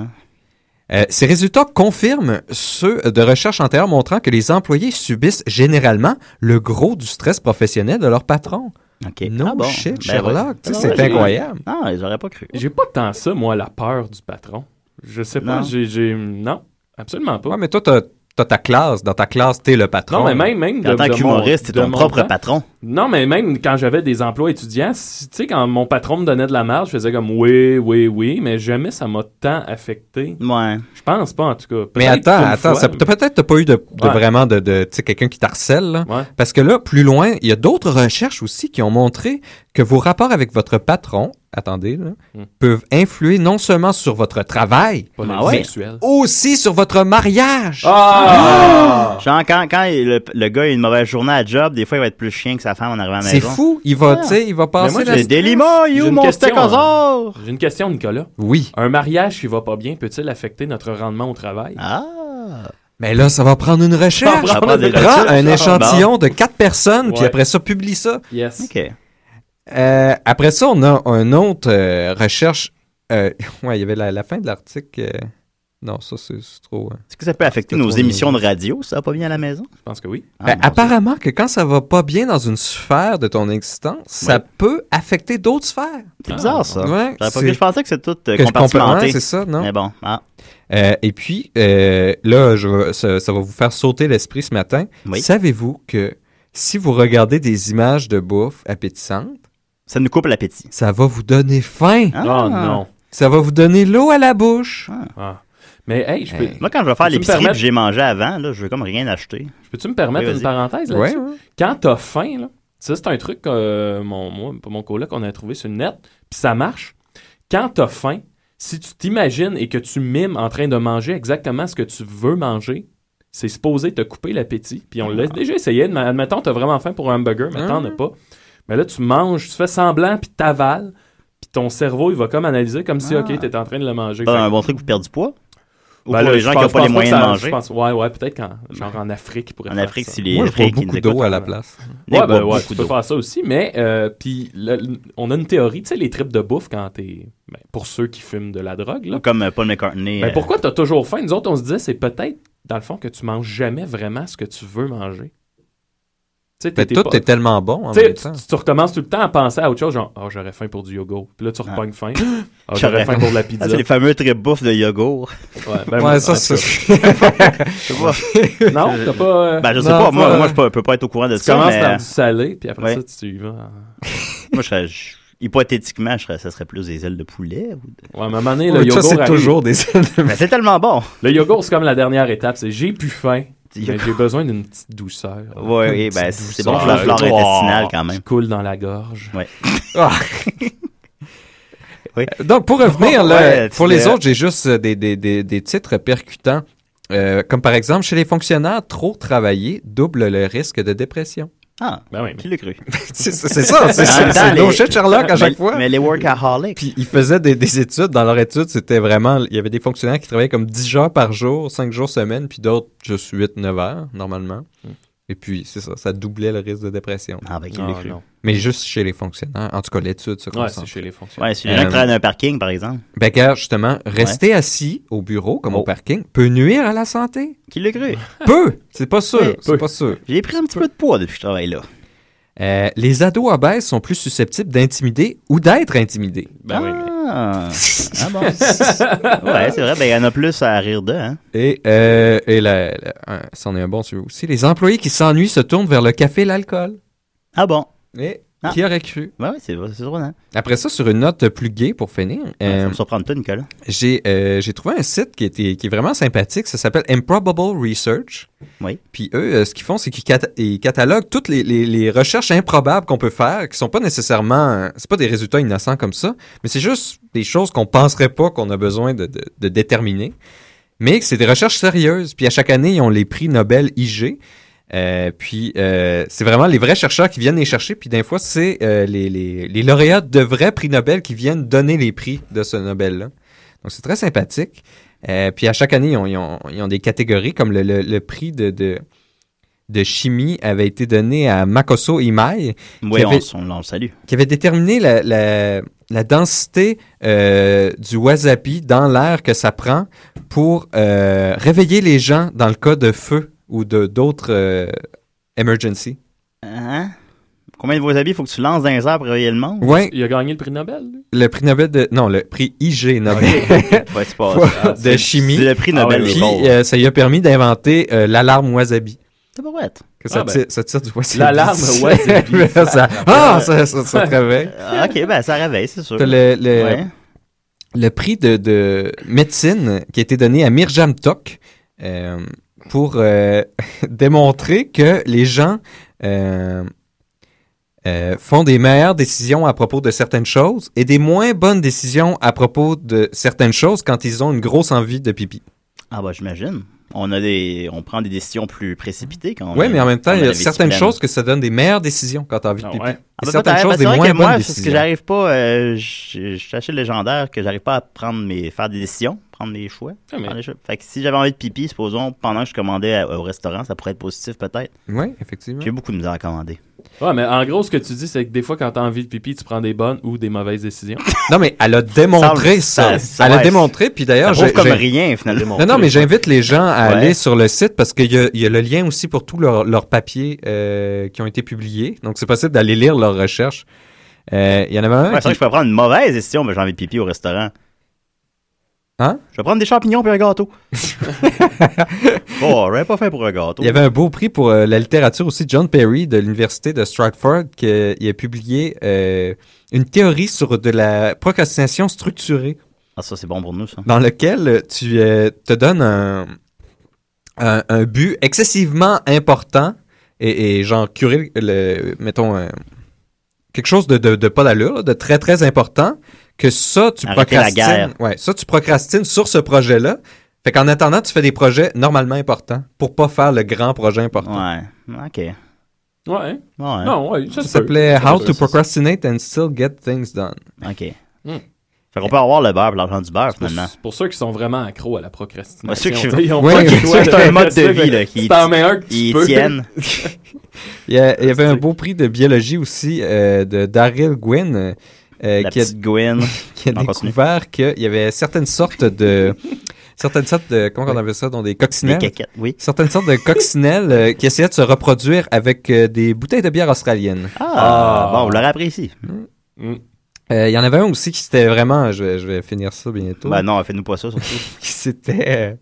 là.
Euh, ces résultats confirment ceux de recherches antérieures montrant que les employés subissent généralement le gros du stress professionnel de leur patron.
OK.
No
Ah bon.
shit,
Ben ouais.
Sherlock. Tu sais,
Ah
c'est
ouais, j'ai-
incroyable.
Ah, j'aurais pas cru.
J'ai pas tant ça, moi, la peur du patron. Je sais pas,
Non.
j'ai, j'ai- Non, absolument pas.
Ouais, mais toi, t'as, t'as ta classe. Dans ta classe, t'es le patron.
Non, mais même, même
Puis en tant
qu'humoriste, t'es ton propre patron.
Non, mais même quand j'avais des emplois étudiants, si- tu sais, quand mon patron me donnait de la marge, je faisais comme oui, oui, oui, mais jamais ça m'a tant affecté.
Ouais.
Je pense pas, en tout cas.
Mais
Peut-être
attends,
une
attends,
fois,
ça- t'as peut-être t'as pas eu de, de
Ouais.
vraiment de, de tu sais, quelqu'un qui t'harcèle, là. Parce que là, plus loin, il y a d'autres recherches aussi qui ont montré que vos rapports avec votre patron, attendez, là,
Hmm.
peuvent influer non seulement sur votre travail,
Pas
mais
la vie sexuelle.
aussi sur votre mariage.
Ah! Genre, quand, quand le, le gars a une mauvaise journée à job, des fois, il va être plus chien que sa femme en arrivant à la
C'est
maison.
fou, il va, tu sais, il va passer
moi,
la-
j'ai-
Des limons,
J'ai
you,
une
mon
question,
stégosaure!
hein. J'ai une question, Nicolas.
Oui.
Un mariage qui va pas bien peut-il affecter notre rendement au travail?
Ah!
Mais là, ça va prendre une recherche.
Ça va prendre des
Prends
recherches.
un
Ah,
échantillon de quatre personnes, puis
Ouais.
après ça, publie ça.
Yes.
OK.
Euh, après ça, on a une autre euh, recherche. euh, ouais, il y avait la, la fin de l'article. euh, non, ça, c'est c'est trop. hein.
Est-ce que ça peut affecter
C'était
nos
trop
émissions de
léger.
radio? Ça va pas bien à la maison? Ah,
Je pense que oui.
Ben, apparemment que quand ça va pas bien dans une sphère de ton existence, ça peut affecter d'autres sphères.
C'est bizarre, ça.
Ouais,
J'aurais pas
c'est-
cru. Je pensais que c'était tout euh,
que je comprends,
compartimenté.
ouais, c'est ça, non?
Mais bon, ah.
Euh, et puis, euh, là, je vais- ça, ça va vous faire sauter l'esprit ce matin.
Oui.
Savez-vous que si vous regardez des images de bouffe appétissante,
ça nous coupe l'appétit.
Ça va vous donner faim.
Ah. Oh, non.
Ça va vous donner l'eau à la bouche.
Ah. Mais hey, je peux.
Moi, quand je vais faire
Peux-tu me
l'épicerie
permettre-
que j'ai mangé avant, là, je veux comme rien acheter.
Peux-tu me permettre
Oui,
une
vas-y.
parenthèse là-dessus?
Ouais,
Quand t'as faim, là, ça c'est un truc que euh, mon, moi, pas mon coloc, on a trouvé sur le net, puis ça marche. Quand t'as faim, si tu t'imagines et que tu mimes en train de manger exactement ce que tu veux manger, c'est supposé te couper l'appétit. Puis on l'a déjà essayé. mais Admettons, t'as vraiment faim pour un hamburger, mais t'en as pas. Mais là, tu manges, tu fais semblant, puis t'avales, puis ton cerveau, il va comme analyser comme si,
Ah.
OK, t'es en train de le manger.
C'est pas
Fait
un
que-
bon truc pour perdre du poids? Ou
Ben
pour
là,
les
je
gens qui
pense-
n'ont pas les
je pense
moyens de
que ça-
manger?
Je pense, ouais, ouais, peut-être qu'en genre en Afrique, ils pourraient
En
faire
Afrique,
ça.
si les
Moi, je bois
Africains qui
beaucoup
nous
d'eau
écoutent.
à
hein.
la place.
Ils
Ouais, ben
boivent
ouais,
beaucoup
tu peux
d'eau.
faire ça aussi, mais euh, puis le- le- on a une théorie, tu sais, les tripes de bouffe quand t'es. ben, pour ceux qui fument de la drogue, là.
Ou Comme euh, Paul McCartney.
Ben,
euh,
pourquoi t'as toujours faim Nous autres, on se disait, c'est peut-être, dans le fond, que tu manges jamais vraiment ce que tu veux manger. Tu sais,
Mais
t'es
Ben, tout
pas-
est tellement bon hein, en
Tu sais,
même temps.
Tu, tu recommences tout le temps à penser à autre chose, genre, oh, j'aurais faim pour du yogourt. Puis là, tu repognes faim. Ah, j'aurais faim pour de la pizza.
Ah, c'est les fameux très bouffes de yogourt.
Ouais, ben, Ouais, moi, ça, en c'est- tout cas.
Je sais pas.
Non, t'as pas, euh,
Ben, je sais
Non,
pas. Moi,
pas,
moi,
euh,
je peux, peux pas être au courant de
tu
ça.
commences
mais... euh,
par du salé, puis après ça, tu y vas.
moi, je serais. je- Hypothétiquement, je serais, ça serait plus des ailes de poulet. Ou de...
Ouais, à un moment donné, le yogourt. arrive.
Mais c'est tellement bon.
Le yogourt, c'est comme la dernière étape. C'est j'ai plus faim, mais j'ai besoin d'une petite douceur.
Ouais,
Une
et
petite
ben, c'est- c'est
douceur.
bon pour la flore
Oh,
intestinale, quand même.
Qui coule dans la gorge.
Ouais.
Donc, pour revenir,
Ouais,
là,
ouais,
pour
tu
les
l'as-
autres, j'ai juste euh, des, des, des, des titres percutants. Euh, comme par exemple, chez les fonctionnaires, trop travailler double le risque de dépression.
Ah, qui l'a cru?
c'est c'est ça, c'est c'est- c'est no shit Sherlock à chaque
mais,
fois.
Mais les workaholics.
Puis ils faisaient des, des études, dans leur étude, c'était vraiment, il y avait des fonctionnaires qui travaillaient comme 10 heures par jour, 5 jours semaine, puis d'autres juste 8-9 heures, normalement. Et puis, c'est ça, ça doublait le risque de dépression.
Ah, ben, qui l'a Ah, cru? non.
Mais juste chez les fonctionnaires. En tout cas, l'étude se concentre.
c'est chez les fonctionnaires.
Ouais, c'est
Euh,
les gens qui travaillent dans un parking, par exemple.
Ben, gars, justement, rester assis au bureau, comme au
Oh.
parking, peut nuire à la santé.
Qui l'a cru?
Peu! C'est pas sûr.
Oui.
C'est pas sûr.
J'ai pris un petit peu de poids depuis que je travaille là.
Euh, les ados obèses sont plus susceptibles d'intimider ou d'être intimidés.
Ben oui,
Ah, Ah bon? ouais, c'est vrai. Ben, il y en a plus à rire d'eux, hein.
Et, euh, et la- la- un- c'en est un bon sur aussi. Les employés qui s'ennuient se tournent vers le café et l'alcool.
Ah bon?
Et
Ah.
qui aurait cru?
Ben oui, c'est vrai, c'est drôle, hein.
Après ça, sur une note plus gaie pour finir.
Ouais, ça
euh,
me surprend pas, Nicolas.
J'ai euh, j'ai trouvé un site qui, était, qui est vraiment sympathique. Ça s'appelle Improbable Research.
Oui.
Puis eux, euh, ce qu'ils font, c'est qu'ils cata- ils cataloguent toutes les, les- les recherches improbables qu'on peut faire, qui sont pas nécessairement... C'est pas des résultats innocents comme ça, mais c'est juste des choses qu'on penserait pas qu'on a besoin de, de- de déterminer. Mais c'est des recherches sérieuses. Puis à chaque année, ils ont les prix Nobel IG. Euh, puis euh, c'est vraiment les vrais chercheurs qui viennent les chercher. Puis des fois, c'est euh, les, les- les lauréats de vrais prix Nobel qui viennent donner les prix de ce Nobel-là. Donc, c'est très sympathique. Euh, puis à chaque année, ils ont, ils ont- ils ont des catégories comme le, le- le prix de, de, de chimie avait été donné à Makoso Imai. qui
Oui, on
avait-
s- on, on le salue.
qui avait déterminé la, la- la densité euh, du wasabi dans l'air que ça prend pour euh, réveiller les gens dans le cas de feu ou de d'autres euh, emergencies.
Hein? Combien de vos habits faut que tu lances dans les airs pour réveiller le monde?
Ouais.
Il a gagné le prix Nobel. lui.
Le prix Nobel de... Non, le prix IG Nobel
Ouais, c'est pas- ah,
de
c'est-
chimie.
c'est le prix Nobel
Puis,
des pauvres.
euh, ça lui a permis d'inventer euh, l'alarme wasabi.
C'est pas vrai.
Que ça,
Ah, ben.
tire, ça tire du wasabi.
L'alarme wasabi.
Ça- ah, ça, ça, ça te réveille.
Ah, ok, ben ça réveille, c'est sûr.
T'as le, le,
Ouais.
le prix de, de médecine qui a été donné à Mirjam Tok euh, pour euh, démontrer que les gens euh, euh, font des meilleures décisions à propos de certaines choses et des moins bonnes décisions à propos de certaines choses quand ils ont une grosse envie de pipi.
Ah, bah j'imagine. On, a des, on prend des décisions plus précipitées quand on
Oui,
a-
mais en même temps,
quand on
il y
la
a
vie
certaines
pleine.
choses que ça donne des meilleures décisions quand t'as envie de pipi. Et
Ah, ben,
certaines
peut-être,
choses
parce
des
que c'est
moins
vrai que moi,
bonnes
c'est ce que
décisions.
j'arrive pas. euh, je je suis assez légendaire que j'arrive pas à prendre mes, faire des décisions, prendre des choix.
Ah, mais-
prendre des choix. Fait que si j'avais envie de pipi, supposons, pendant que je commandais à- au restaurant, ça pourrait être positif peut-être.
Oui, effectivement.
J'ai beaucoup de misère à commander.
Ouais, mais en gros, ce que tu dis, c'est que des fois, quand t'as envie de pipi, tu prends des bonnes ou des mauvaises décisions.
Non, mais elle a démontré
Ça-
ça.
ça-
elle a
ouais,
démontré, puis d'ailleurs...
ça prouve
Ah, j'ai-
comme
j'ai-
rien, finalement.
Non, non, mais j'invite les gens à
Ouais.
aller sur le site parce qu'il y, a- il y a le lien aussi pour tous leurs leurs papiers euh, qui ont été publiés. Donc, c'est possible d'aller lire leurs recherches. Euh, Il y en avait un...
Ouais, c'est vrai que
qui-
je peux prendre une mauvaise décision, mais j'ai envie de pipi au restaurant.
Hein?
Je vais prendre des champignons puis un gâteau. bon, j'aurais pas faim pour un gâteau.
Il y avait un beau prix pour euh, la littérature aussi, John Perry de l'université de Stratford, qui euh, il a publié euh, une théorie sur de la procrastination structurée.
Ah, ça, c'est bon pour nous, ça.
dans lequel euh, tu euh, te donnes un, un, un but excessivement important et, et genre curer, le, mettons, euh, quelque chose de, de, de pas d'allure, là, de très très important, que ça, tu
Arrêter la
procrastines.
guerre.
Ouais, ça, tu procrastines sur ce projet-là. Fait qu'en attendant, tu fais des projets normalement importants pour pas faire le grand projet important.
Ouais, ok.
Ouais. hein?
Ouais.
Non, ouais, ça
Ça
se peut.
s'appelait
Ça se
How
peut, ça se
to
peut.
Procrastinate and Still Get Things Done.
Ok.
Hmm.
Fait qu'on peut avoir le beurre pour l'argent du beurre,
Pour-
finalement.
Pour ceux qui sont vraiment accros à la procrastination.
Moi, ceux qui-
t'sais, ils ont
Ouais,
pas le
ceux
choix
qui- c'est un
de-
mode de vie, là,
Tu
qui-
t'en mets un que tu
ils
peux.
tiennent.
Il y, a- il y avait un beau prix de biologie aussi euh, de Daryl Gwynn. euh, euh,
La
qui a,
petite Gwyn.
qui a
On Ah, continue.
découvert qu'il y avait certaines sortes de, certaines sortes de. Comment on appelle ça Dans des coccinelles.
Des caquettes, oui.
Certaines sortes de coccinelles euh, qui essayaient de se reproduire avec euh, des bouteilles de bière australienne.
Ah, bon, on l'aurait apprécié.
Euh, Il y en avait un aussi qui c'était vraiment. Je vais, je vais finir ça bientôt.
Ben non, fais-nous pas ça, surtout.
C'était.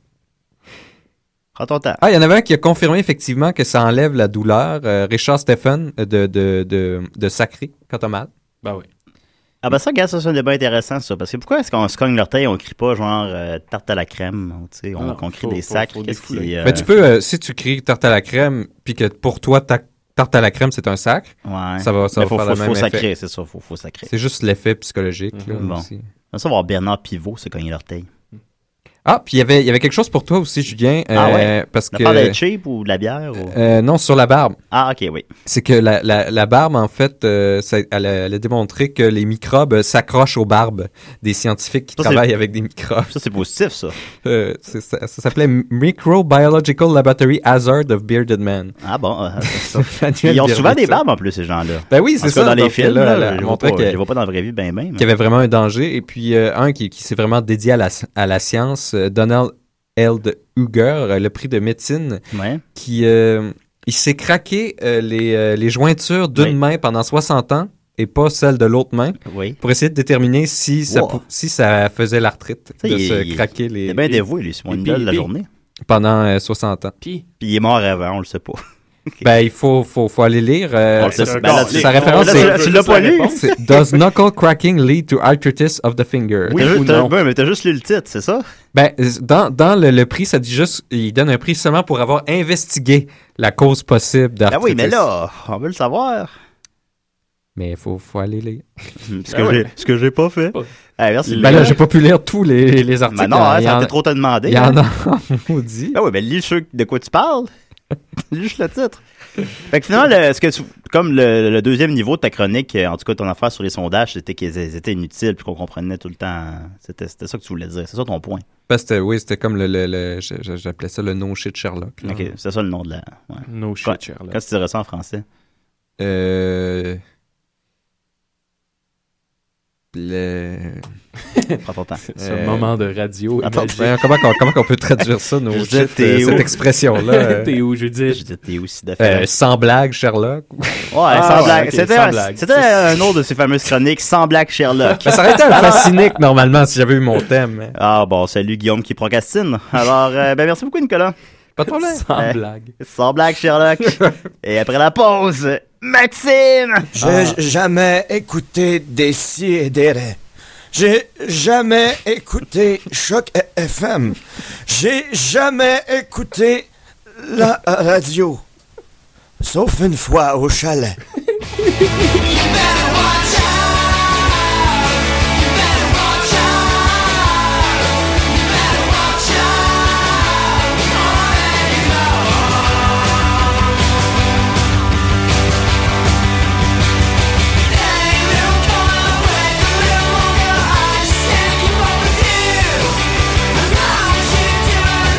Prends ton temps.
Ah, il y en avait un qui a confirmé effectivement que ça enlève la douleur. euh, Richard Stephen euh, de, de, de, de Sacré, quand t'as mal.
Ben oui.
Ah ben ça, regarde, ça c'est un débat intéressant, ça. Parce que pourquoi est-ce qu'on se cogne l'orteil et on crie pas genre euh, tarte à la crème, ou, tu sais, on,
Non,
qu'on crie
Ah, faut-
des
faut-
sacs,
faut
qu'est-ce
défouler.
qui... euh,
Mais tu peux, euh, si tu cries tarte à la crème, puis que pour toi, ta tarte à la crème, c'est un sac,
Ouais.
ça va, ça
Mais
va
faut,
faire
faut,
le même
faut
effet.
sacrer, c'est ça, faut, faut sacrer.
C'est juste l'effet psychologique. là,
Bon.
aussi.
Comme ça, on va voir Bernard Pivot se cogner l'orteil.
Ah, puis il y avait- il y avait quelque chose pour toi aussi, Julien.
Ah
euh,
ouais?
Parce
On
que...
parle de cheap ou de la bière? Ou...
Euh, non, sur la barbe.
Ah, ok, oui.
C'est que la, la, la barbe, en fait, euh, ça- elle, a, elle a démontré que les microbes euh, s'accrochent aux barbes des scientifiques qui
Ça, c'est-
travaillent avec des microbes. euh,
Ça, c'est positif, ça.
c'est- ça ça s'appelait Microbiological Laboratory Hazard of Bearded Man.
Ah bon?
Manuel
Ils ont souvent
Birbeck,
des
ça.
barbes en plus, ces gens-là.
Ben oui,
En
c'est
tout cas,
ça,
Dans les
donc,
films,
là,
là,
là,
je
elle
vois
montrait
pas-
que-
je les vois pas dans la vraie vie, ben, ben. mais-
Qu'il y avait vraiment un danger. Et puis, euh, un qui, qui s'est vraiment dédié à la, à la science, euh, Donald Held Huger, euh, le prix de médecine,
Ouais.
qui euh, il s'est craqué euh, les, euh, les jointures d'une main pendant 60 ans et pas celle de l'autre main
Oui.
pour essayer de déterminer si ça,
Wow.
pou- si ça faisait l'arthrite
Ça,
de
il-
se
il-
craquer les...
il est bien
les-
dévoué, lui, c'est mon
les-
idole de la
les-
journée.
Pendant euh, 60 ans.
Puis,
Puis il est mort avant, on le sait pas.
Ben, il faut, faut, faut aller lire. euh,
On le sait pas.
sa-
Ben là, tu-
sa référence,
là, tu-
c'est...
tu l'as pas lu?
c'est Does knuckle cracking lead to arthritis of the finger?
T'as juste- t'as- ben, mais t'as juste lu le titre, c'est ça?
Ben, dans, dans le, le prix, ça dit juste, il donne un prix seulement pour avoir investigué la cause possible
Ah
d'arthritis.
oui, mais là, on veut le savoir.
Mais il faut, faut aller lire.
Ce que j'ai- ce que j'ai pas fait. Ah, merci.
Ben là, j'ai pas pu lire tous les, les articles.
Ben non,
Il y
hein,
en
ça
a-
t'est trop te demander.
Il y en
hein.
a en maudit.
Ben oui, ben lis ceux de quoi tu parles. lis juste le titre. Fait que finalement, le- ce que tu- comme le, le deuxième niveau de ta chronique, euh, en tout cas ton affaire sur les sondages, c'était qu'ils étaient inutiles puis qu'on comprenait tout le temps. C'était c'était ça que tu voulais dire. C'est ça ton point.
Parce que, oui, c'était comme le, le- le- je- je- j'appelais ça le no shit Sherlock. là.
Ok, C'est ça le nom de la. ouais.
No shit,
Quand-
Sherlock.
Quand tu dirais ça en français.
Euh, le...
Prends ton temps.
Ce
Euh,
moment de radio.
attends,
magique.
Voyons, comment qu'on- comment qu'on peut traduire ça, no
Ah, Je
shit,
disais, t'es
euh,
où?
cette expression-là? euh,
T'es où, je veux dire?
Je dis, t'es aussi
euh,
d'affaires.
sans blague, Sherlock.
Ouais, sans
Ah, ouais,
blague.
ok,
C'était
sans
un-
blague.
c'était un autre de ces fameuses chroniques, sans blague Sherlock.
Ben, ça aurait été un fascinique, normalement, si j'avais eu mon thème. hein.
Ah bon, salut Guillaume qui procrastine. Alors, euh, ben merci beaucoup Nicolas.
Pas de problème.
Sans
Euh,
blague.
Sans blague Sherlock. Et après la pause, Maxime.
J'ai jamais écouté des sidérés. J'ai jamais écouté Choc FM. J'ai jamais écouté la radio. Sauf une fois au chalet.
Yeah.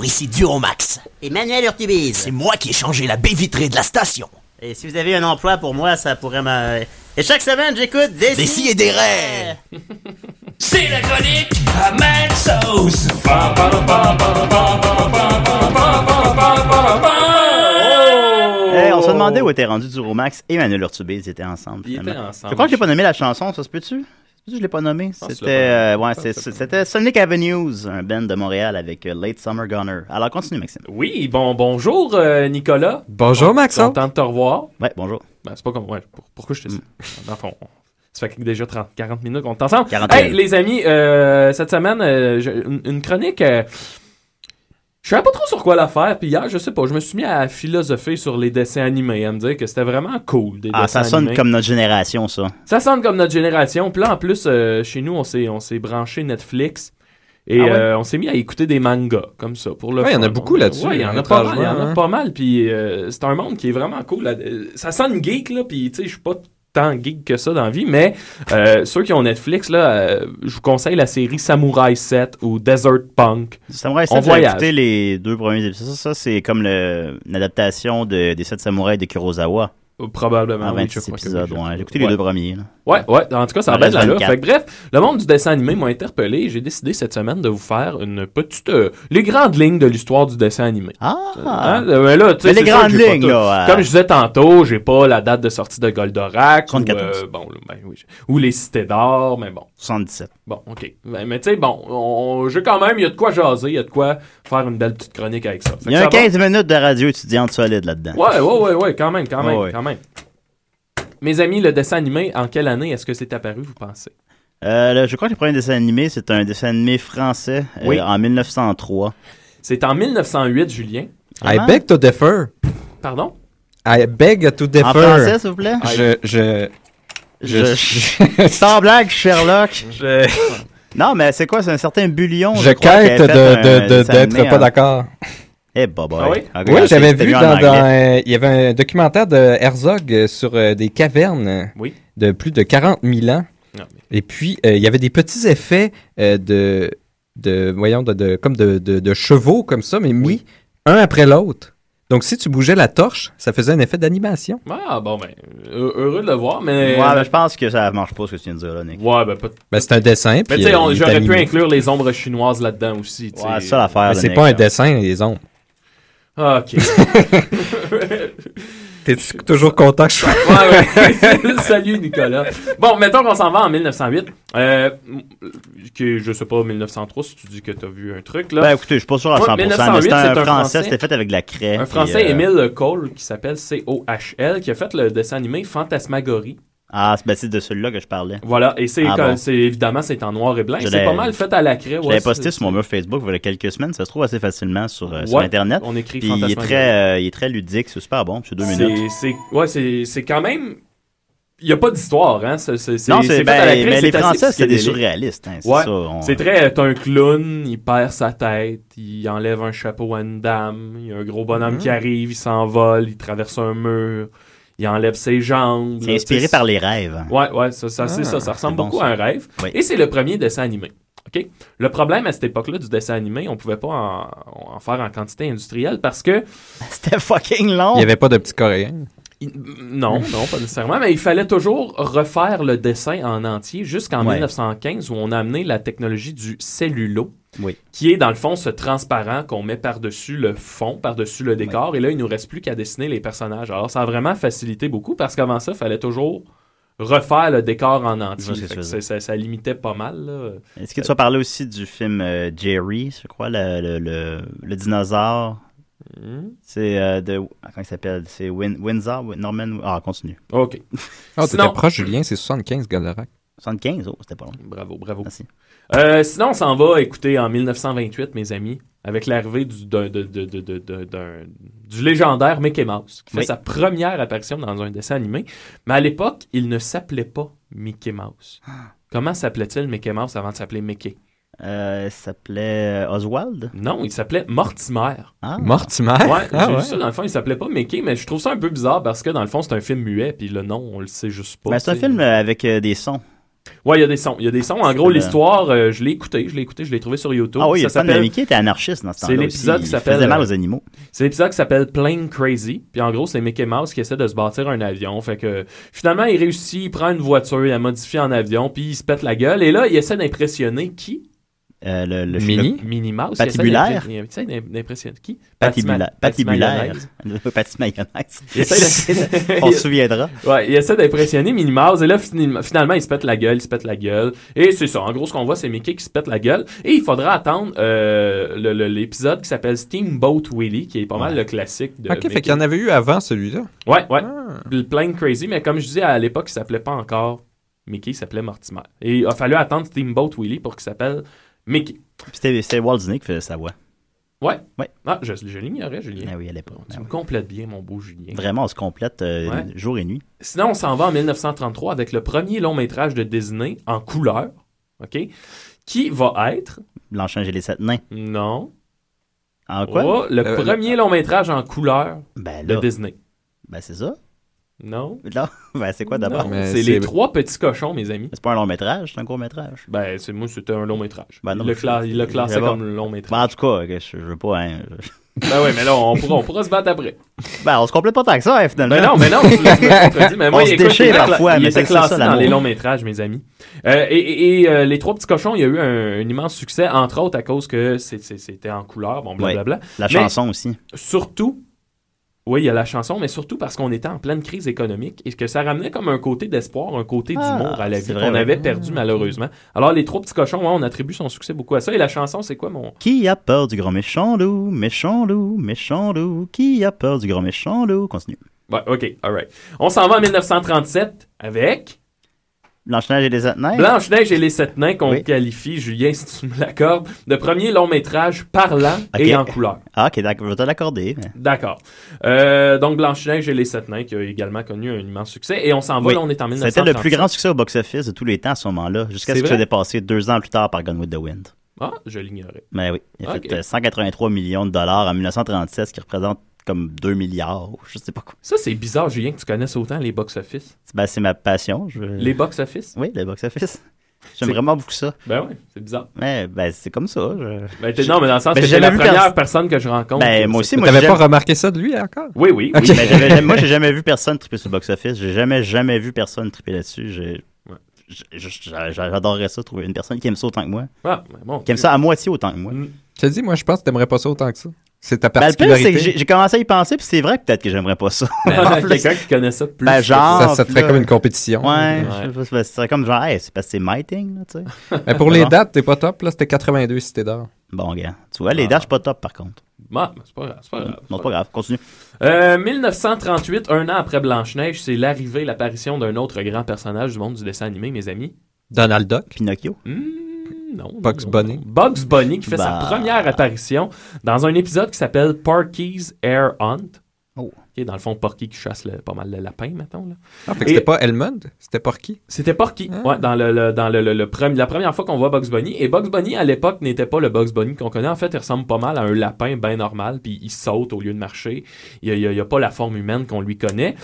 récidu au max.
Emmanuel Urtubise.
C'est moi qui ai changé la baie vitrée de la station.
Et si vous avez un emploi pour moi, ça pourrait m'a... Et chaque semaine, j'écoute des...
Des si et des raies.
C'est la chronique à Mad Sauce.
Oh!
Hey, Eh, on se demandait où était rendu Duromax et Manuel Urtubise. Ils étaient ensemble.
Ils étaient
finalement.
ensemble.
Je crois que j'ai pas nommé la chanson, ça se peut-tu? Je l'ai pas nommé.
pense que tu
C'était
l'as pas
euh, ouais, c'est- c'était Sonic Avenues, un band de Montréal avec euh, Late Summer Gunner. Alors continue, Maxime.
Oui, bon, bonjour euh, Nicolas.
Bonjour,
Bon-
hein.
Maxence.
Content de te revoir.
Ouais, bonjour.
Ben, c'est pas comme. Ouais, pour- pourquoi
Mm.
je te dis Dans le fond, on- ça fait déjà 30, 40 minutes qu'on est ensemble.
40
Hey,
minutes.
les amis, euh, cette semaine, euh, j'ai une, une chronique. euh, je savais pas trop sur quoi la faire, puis hier, je sais pas, je me suis mis à philosopher sur les dessins animés, à me dire que c'était vraiment cool. Des
Ah,
dessins
ça sonne
animés.
comme notre génération, ça.
Ça sonne comme notre génération. Puis là, en plus, euh, chez nous, on s'est, on s'est branché Netflix. Et
Ah ouais?
euh, on s'est mis à écouter des mangas, comme ça, pour le
Ouais, il y en a
fun.
beaucoup là-dessus,
Ouais, il y en a pas mal, il y en
étrangement,
a
hein.
pas mal. Puis euh, c'est un monde qui est vraiment cool. là. Euh, Ça sonne geek, là, puis tu sais, je suis pas tant geek que ça dans la vie, mais euh, ceux qui ont Netflix, là, euh, je vous conseille la série Samurai 7 ou Desert Punk.
Samurai 7,
On
j'ai
voyage.
écouté les deux premiers épisodes. Ça, ça, c'est comme le- une adaptation de, des 7 samouraïs de Kurosawa.
Euh, Probablement,
En
oui,
26
je
Ah,
crois que oui,
épisodes,
je
ouais.
crois.
J'ai écouté les deux premiers, là.
Ouais, ouais, en tout cas, ça
Il
a
en
bien
reste
de l'allure.
24.
Fait que bref, le monde du dessin animé m'a interpellé et j'ai décidé cette semaine de vous faire une petite. euh, les grandes lignes de l'histoire du dessin animé. Hein? Euh,
Ah!
mais là, tu sais,
Mais les
c'est sûr que
grandes
j'ai pas
lignes,
tout.
là, euh,
Comme je disais tantôt, j'ai pas la date de sortie de Goldorak. Ou,
74.
euh, bon, là, ben oui, je- ou les cités d'or, mais bon.
77.
Bon, OK. Ben, mais tu sais, bon, on- j'ai quand même, il y a de quoi jaser, il y a de quoi faire une belle petite chronique avec ça. Fait que
Il y a
ça
un
va.
15 minutes de radio étudiante solide là-dedans.
Ouais, ouais, ouais, ouais, quand même, quand même,
Ouais, ouais.
quand même. Mes amis, le dessin animé, en quelle année est-ce que c'est apparu, vous pensez?
Euh, là, je crois que le premier dessin animé, c'est un dessin animé français euh,
Oui.
en 1903.
C'est en 1908, Julien.
I beg to differ.
Pardon?
I beg to differ.
français, s'il vous
Ah,
plaît?
Je. Je.
Je- Sans blague, Sherlock. Non, mais c'est quoi? C'est un certain Bullion.
Je quête de- de- de- d'être
hein.
pas d'accord.
Eh, bah, bah.
Ah oui? Oui, j'avais vu dans, dans, euh, il y avait un documentaire de Herzog euh, sur euh, des cavernes euh,
Oui. Ah,
de plus de 40 000 ans.
Non,
Et puis euh, il y avait des petits effets euh, de, de voyons de, de- comme de, de- de chevaux comme ça, mais mis un après l'autre. Donc si tu bougeais la torche, ça faisait un effet d'animation.
Ah, bon, ben, heu- heureux de le voir, mais.
Ouais, ben, mais je pense que ça marche pas ce que tu viens de dire, là, Nick.
Ouais, ben, pas
Ben, c'est un dessin.
Mais
puis,
tu sais,
euh,
on-
il est
j'aurais pu
animé.
inclure les ombres chinoises là-dedans aussi. tu sais.
Ouais, c'est ça l'affaire,
Mais
le
c'est
Nick,
pas
là.
un dessin, les ombres.
Ah, ok.
T'es toujours content que je sois.
Ouais, ouais. Salut Nicolas. Bon, mettons qu'on s'en va en 1908. Euh, que, je sais pas, 1903, si tu dis que t'as vu un truc. Là.
Ben, écoutez, je suis pas sûr à
Ouais,
100%, mais
1908,
c'était un
c'est
français, c'était fait avec de la craie,
Un
puis,
français,
euh,
Émile Cole, qui s'appelle C-O-H-L, qui a fait le dessin animé Fantasmagorie.
Ah, c'est- ben, c'est de celui-là que je parlais.
Voilà, et c'est
Ah,
quand-
bon.
c'est- évidemment, c'est en noir et blanc.
Je
C'est
l'ai-
pas mal fait à la craie.
Je
ouais,
l'avais posté
c'est-
sur mon mur Facebook il y a quelques semaines. Ça se trouve assez facilement sur, euh, sur
Ouais,
Internet.
on écrit
Puis il est,
Fantasmagorie.
très, euh, il est très ludique, c'est super bon. C'est deux
C'est-
minutes.
C'est ouais, c'est c'est quand même. Il n'y a pas d'histoire, hein? C'est, c'est,
Non, c'est-
fait
ben,
à la craie,
mais
c'est
les
assez
Français, c'était des
psychédélique.
surréalistes, hein, c'est
Ouais.
ça, on-
C'est très. T'as un clown, il perd sa tête, il enlève un chapeau à une dame, il y a un gros bonhomme
Mhm.
qui arrive, il s'envole, il traverse un mur, il enlève ses jambes.
C'est
là,
inspiré
tu sais,
par les rêves.
Ouais, ouais, ça, ça,
Ah,
c'est ça. Ça ressemble
c'est bon,
beaucoup
ça.
à un rêve.
Oui.
Et c'est le premier dessin animé. OK? Le problème à cette époque-là du dessin animé, on pouvait pas en, en faire en quantité industrielle parce que.
C'était fucking long!
Il n'y avait pas de petits coréens.
Non, non, pas nécessairement, mais il fallait toujours refaire le dessin en entier jusqu'en
Ouais.
1915 où on a amené la technologie du cellulo,
Oui.
qui est dans le fond ce transparent qu'on met par-dessus le fond, par-dessus le décor, et là, il nous reste plus qu'à dessiner les personnages. Alors, ça a vraiment facilité beaucoup parce qu'avant ça, il fallait toujours refaire le décor en entier.
ce que
Fait
tu
que
veux
ça, ça- ça limitait pas mal. là.
Est-ce que tu as parlé aussi du film euh, Jerry, je crois, le, le, le, le dinosaure? C'est euh, de... ah, Comment il s'appelle? C'est Win- Windsor? Win- Norman... Ah, continue.
OK.
Ah, t'étais
Sinon-
proche, Julien, c'est 75 Goldorak.
75, oh, c'était pas loin.
Bravo, bravo.
Merci.
Euh, sinon, on s'en va écouter en 1928, mes amis, avec l'arrivée du, d'un- de- de- de- de- de- d'un- du légendaire Mickey Mouse, qui fait
Oui.
sa première apparition dans un dessin animé. Mais à l'époque, il ne s'appelait pas Mickey Mouse. Comment s'appelait-il Mickey Mouse avant de s'appeler Mickey?
Euh, il s'appelait euh, Oswald? hein?
Non, il s'appelait Mortimer.
Mortimer?
Ouais,
Ah
j'ai
ouais.
vu ça, dans le fond, il s'appelait pas Mickey, mais je trouve ça un peu bizarre parce que dans le fond, c'est un film muet, puis le nom, on le sait juste pas.
Mais Ben, c'est un
tu sais.
film euh, avec euh, des sons.
Ouais, il y a des sons. Il y a des sons. En gros,
le-
l'histoire, euh, je l'ai écouté, je l'ai écouté, je l'ai trouvé sur YouTube.
Ah oui,
Oh, ça
le fan de
s'appelle-
Mickey était anarchiste dans ce temps-là
C'est l'épisode
aussi.
qui
Il
s'appelle.
faisait mal aux
euh,
animaux.
C'est l'épisode qui s'appelle Plane Crazy. Puis en gros, c'est Mickey Mouse qui essaie de se bâtir un avion. Fait que finalement, il réussit, il prend une voiture, il la modifie en avion, puis il se pète la gueule. Et là, il essaie d'impressionner qui
Euh, le, le-
Mini?
le-
Mini Mouse. il essaie
Patibulaire.
d'impr- Il essaie d'im- d'impressionner qui
Patibula-
Patty Ma- Patty
Patibulaire.
Mayonnaise.
Le Patty mayonnaise.
Il essaie de-
On se souviendra.
Ouais, il essaie d'impressionner Minnie Mouse et là finalement finalement, il se pète la gueule, il se pète la gueule et c'est ça. En gros ce qu'on voit c'est Mickey qui se pète la gueule et il faudra attendre euh, le- le- l'épisode qui s'appelle Steamboat Willie qui est pas mal le classique de
ok, fait
Mickey.
qu'il y en avait eu avant celui-là.
Ouais, ouais. Le Plain Crazy mais comme je disais à l'époque il s'appelait pas encore Mickey, il s'appelait Mortimer. Et il a fallu attendre Steamboat Willie pour qu'il s'appelle Mickey.
Puis C'était c'était Walt Disney qui faisait sa voix.
Ouais.
Ouais.
Ah, je, je l'ignorais Julien.
Ah oui, à l'époque.
Tu me complètes bien mon beau Julien.
Vraiment, on se complète euh,
Ouais.
jour et nuit.
Sinon, on s'en va en 1933 avec le premier long métrage de Disney en couleur, OK, qui va être.
Blanchange et les sept nains.
Non.
En quoi
Oh, le
Euh,
premier long métrage en couleur
Ben
de
là.
Disney.
Ben c'est ça.
Non.
Là, ben c'est quoi d'abord
Non, C'est les trois petits cochons, mes amis.
C'est pas un long métrage, c'est un court métrage.
Ben, c'est moi, c'était un long métrage.
Ben non,
il l'a
je-
cla- il l'a classé
j'avais-
comme long métrage.
Ben, en tout cas, je, je veux pas. Hein, je-
Ben oui, mais là, on pourra, on pourra se battre après.
Ben, on se complète pas tant que ça, hein, finalement.
Ben non, mais non, tu l'as- tu l'as contredit, mais moi,
on
il,
se
écoute, il
déchire
était cla-
parfois,
il
mais
était
c'est c'est ça,
classé dans
l'amour.
les longs métrages, mes amis. Euh, et et- et, euh, les trois petits cochons, il y a eu un, un immense succès, entre autres à cause que c'est- c'est- c'était en couleur, bon,
Ouais.
blablabla.
La
Mais
chanson aussi.
Surtout, oui, il y a la chanson, mais surtout parce qu'on était en pleine crise économique et que ça ramenait comme un côté d'espoir, un côté
Ah,
d'humour à la vie
c'est vrai,
qu'on
ouais.
avait perdu malheureusement. Alors, les trois petits cochons, ouais, on attribue son succès beaucoup à ça. Et la chanson, c'est quoi mon.
Qui a peur du grand méchant loup Méchant loup, méchant loup. Qui a peur du grand méchant loup Continue.
Ouais, ok, alright. On s'en va en 1937 avec.
Blanche-Neige et les sept nains.
Blanche-Neige et les sept nains qu'on
Oui.
qualifie, Julien, si tu me l'accordes, de premier long métrage parlant et
Ok.
en couleur.
Ah, ok, d'accord, je vais te l'accorder. mais-
D'accord. Euh, donc, Blanche-Neige et les sept nains qui a également connu un immense succès. Et on s'en va,
Oui.
là, on est en 1937.
C'était le plus grand succès au box-office de tous les temps à ce moment-là, jusqu'à
C'est
ce que
vrai?
soit dépassé deux ans plus tard par Gone with the Wind.
Ah, je l'ignorais.
Mais oui, il a
Ah, Ok.
fait euh, 183 millions de dollars en 1937, ce qui représente comme 2 milliards, ou je sais pas quoi.
Ça, c'est bizarre, Julien, que tu connaisses autant les box-office.
Ben, c'est ma passion. je-
Les box-office?
Oui, les box-office. J'aime
C'est-
vraiment beaucoup ça.
Ben oui, c'est bizarre.
Mais ben, c'est comme ça. je-
Ben, t'es- non, mais dans le sens
Ben,
que
j'ai
t'es la
jamais vu
première
pers-
personne que je rencontre.
Ben,
qui-
moi aussi,
c'est-
moi,
Ah, T'avais
j'aime-
pas remarqué ça de lui encore?
Oui, oui.
Ok.
oui.
Mais j'avais- j'avais- moi, j'ai jamais vu personne triper sur le box-office. J'ai jamais, jamais vu personne triper là-dessus. J'ai- j'- j'- j'a- J'adorerais ça, trouver une personne qui aime ça autant que moi.
Ah, ben, mon
qui aime
Dieu.
ça à moitié autant que moi.
Je te dis, moi, je pense que t'aimerais pas ça autant que ça. C'est ta
Ben, le pire, c'est
particularité.
que j'ai j'ai commencé à y penser, puis c'est vrai que peut-être que j'aimerais pas ça. En
Ben,
plus.
Quelqu'un qui connaît ça plus.
Ben,
que-
genre.
ça- ça te ferait
là.
comme une compétition.
Ouais.
Ouais.
je sais pas, ça serait comme genre, hey, c'est parce que c'est my thing, là, tu sais.
Mais pour les
Genre.
dates, t'es pas top. Là, c'était 82 si t'es d'or.
Bon, gars. Tu vois, les dates, je suis pas top, par contre.
Ah, ben, c'est pas grave. C'est pas grave.
Non, c'est pas grave. Continue.
Euh, 1938, un an après Blanche-Neige, c'est l'arrivée, l'apparition d'un autre grand personnage du monde du dessin animé, mes amis.
Donald Duck.
Pinocchio.
Non.
Bugs Bunny.
Bugs Bunny qui fait sa
Bah.
première apparition dans un épisode qui s'appelle Porky's Air Hunt.
Oh.
Qui est dans le fond Porky qui chasse le- pas mal le lapin, mettons. Là.
Ah, fait que
Et-
c'était pas Elmond, c'était Porky.
C'était Porky, ouais, dans, le, le- dans le, le- le premi- la première fois qu'on voit Bugs Bunny. Et Bugs Bunny, à l'époque, n'était pas le Bugs Bunny qu'on connaît. En fait, il ressemble pas mal à un lapin bien normal, puis il saute au lieu de marcher. Il n'y a, il a pas la forme humaine qu'on lui connaît.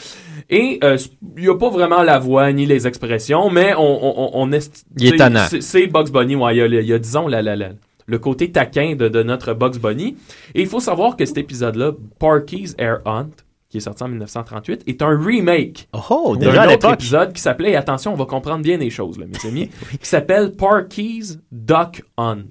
Et euh, il n'y a pas vraiment la voix ni les expressions, mais on, on, on- on est...
Il est
c'est-
tannant.
C'est c'est Bugs Bunny, ouais. Il y a, le- il y a, disons, la, la, la- le côté taquin de, de notre Bugs Bunny. Et il faut savoir que cet épisode-là, Parky's Air Hunt, qui est sorti en 1938, est un remake
Oh,
d'un
déjà à
autre
l'époque.
épisode qui s'appelait, et attention, on va comprendre bien les choses, là, mes amis, qui s'appelle Parky's Duck Hunt.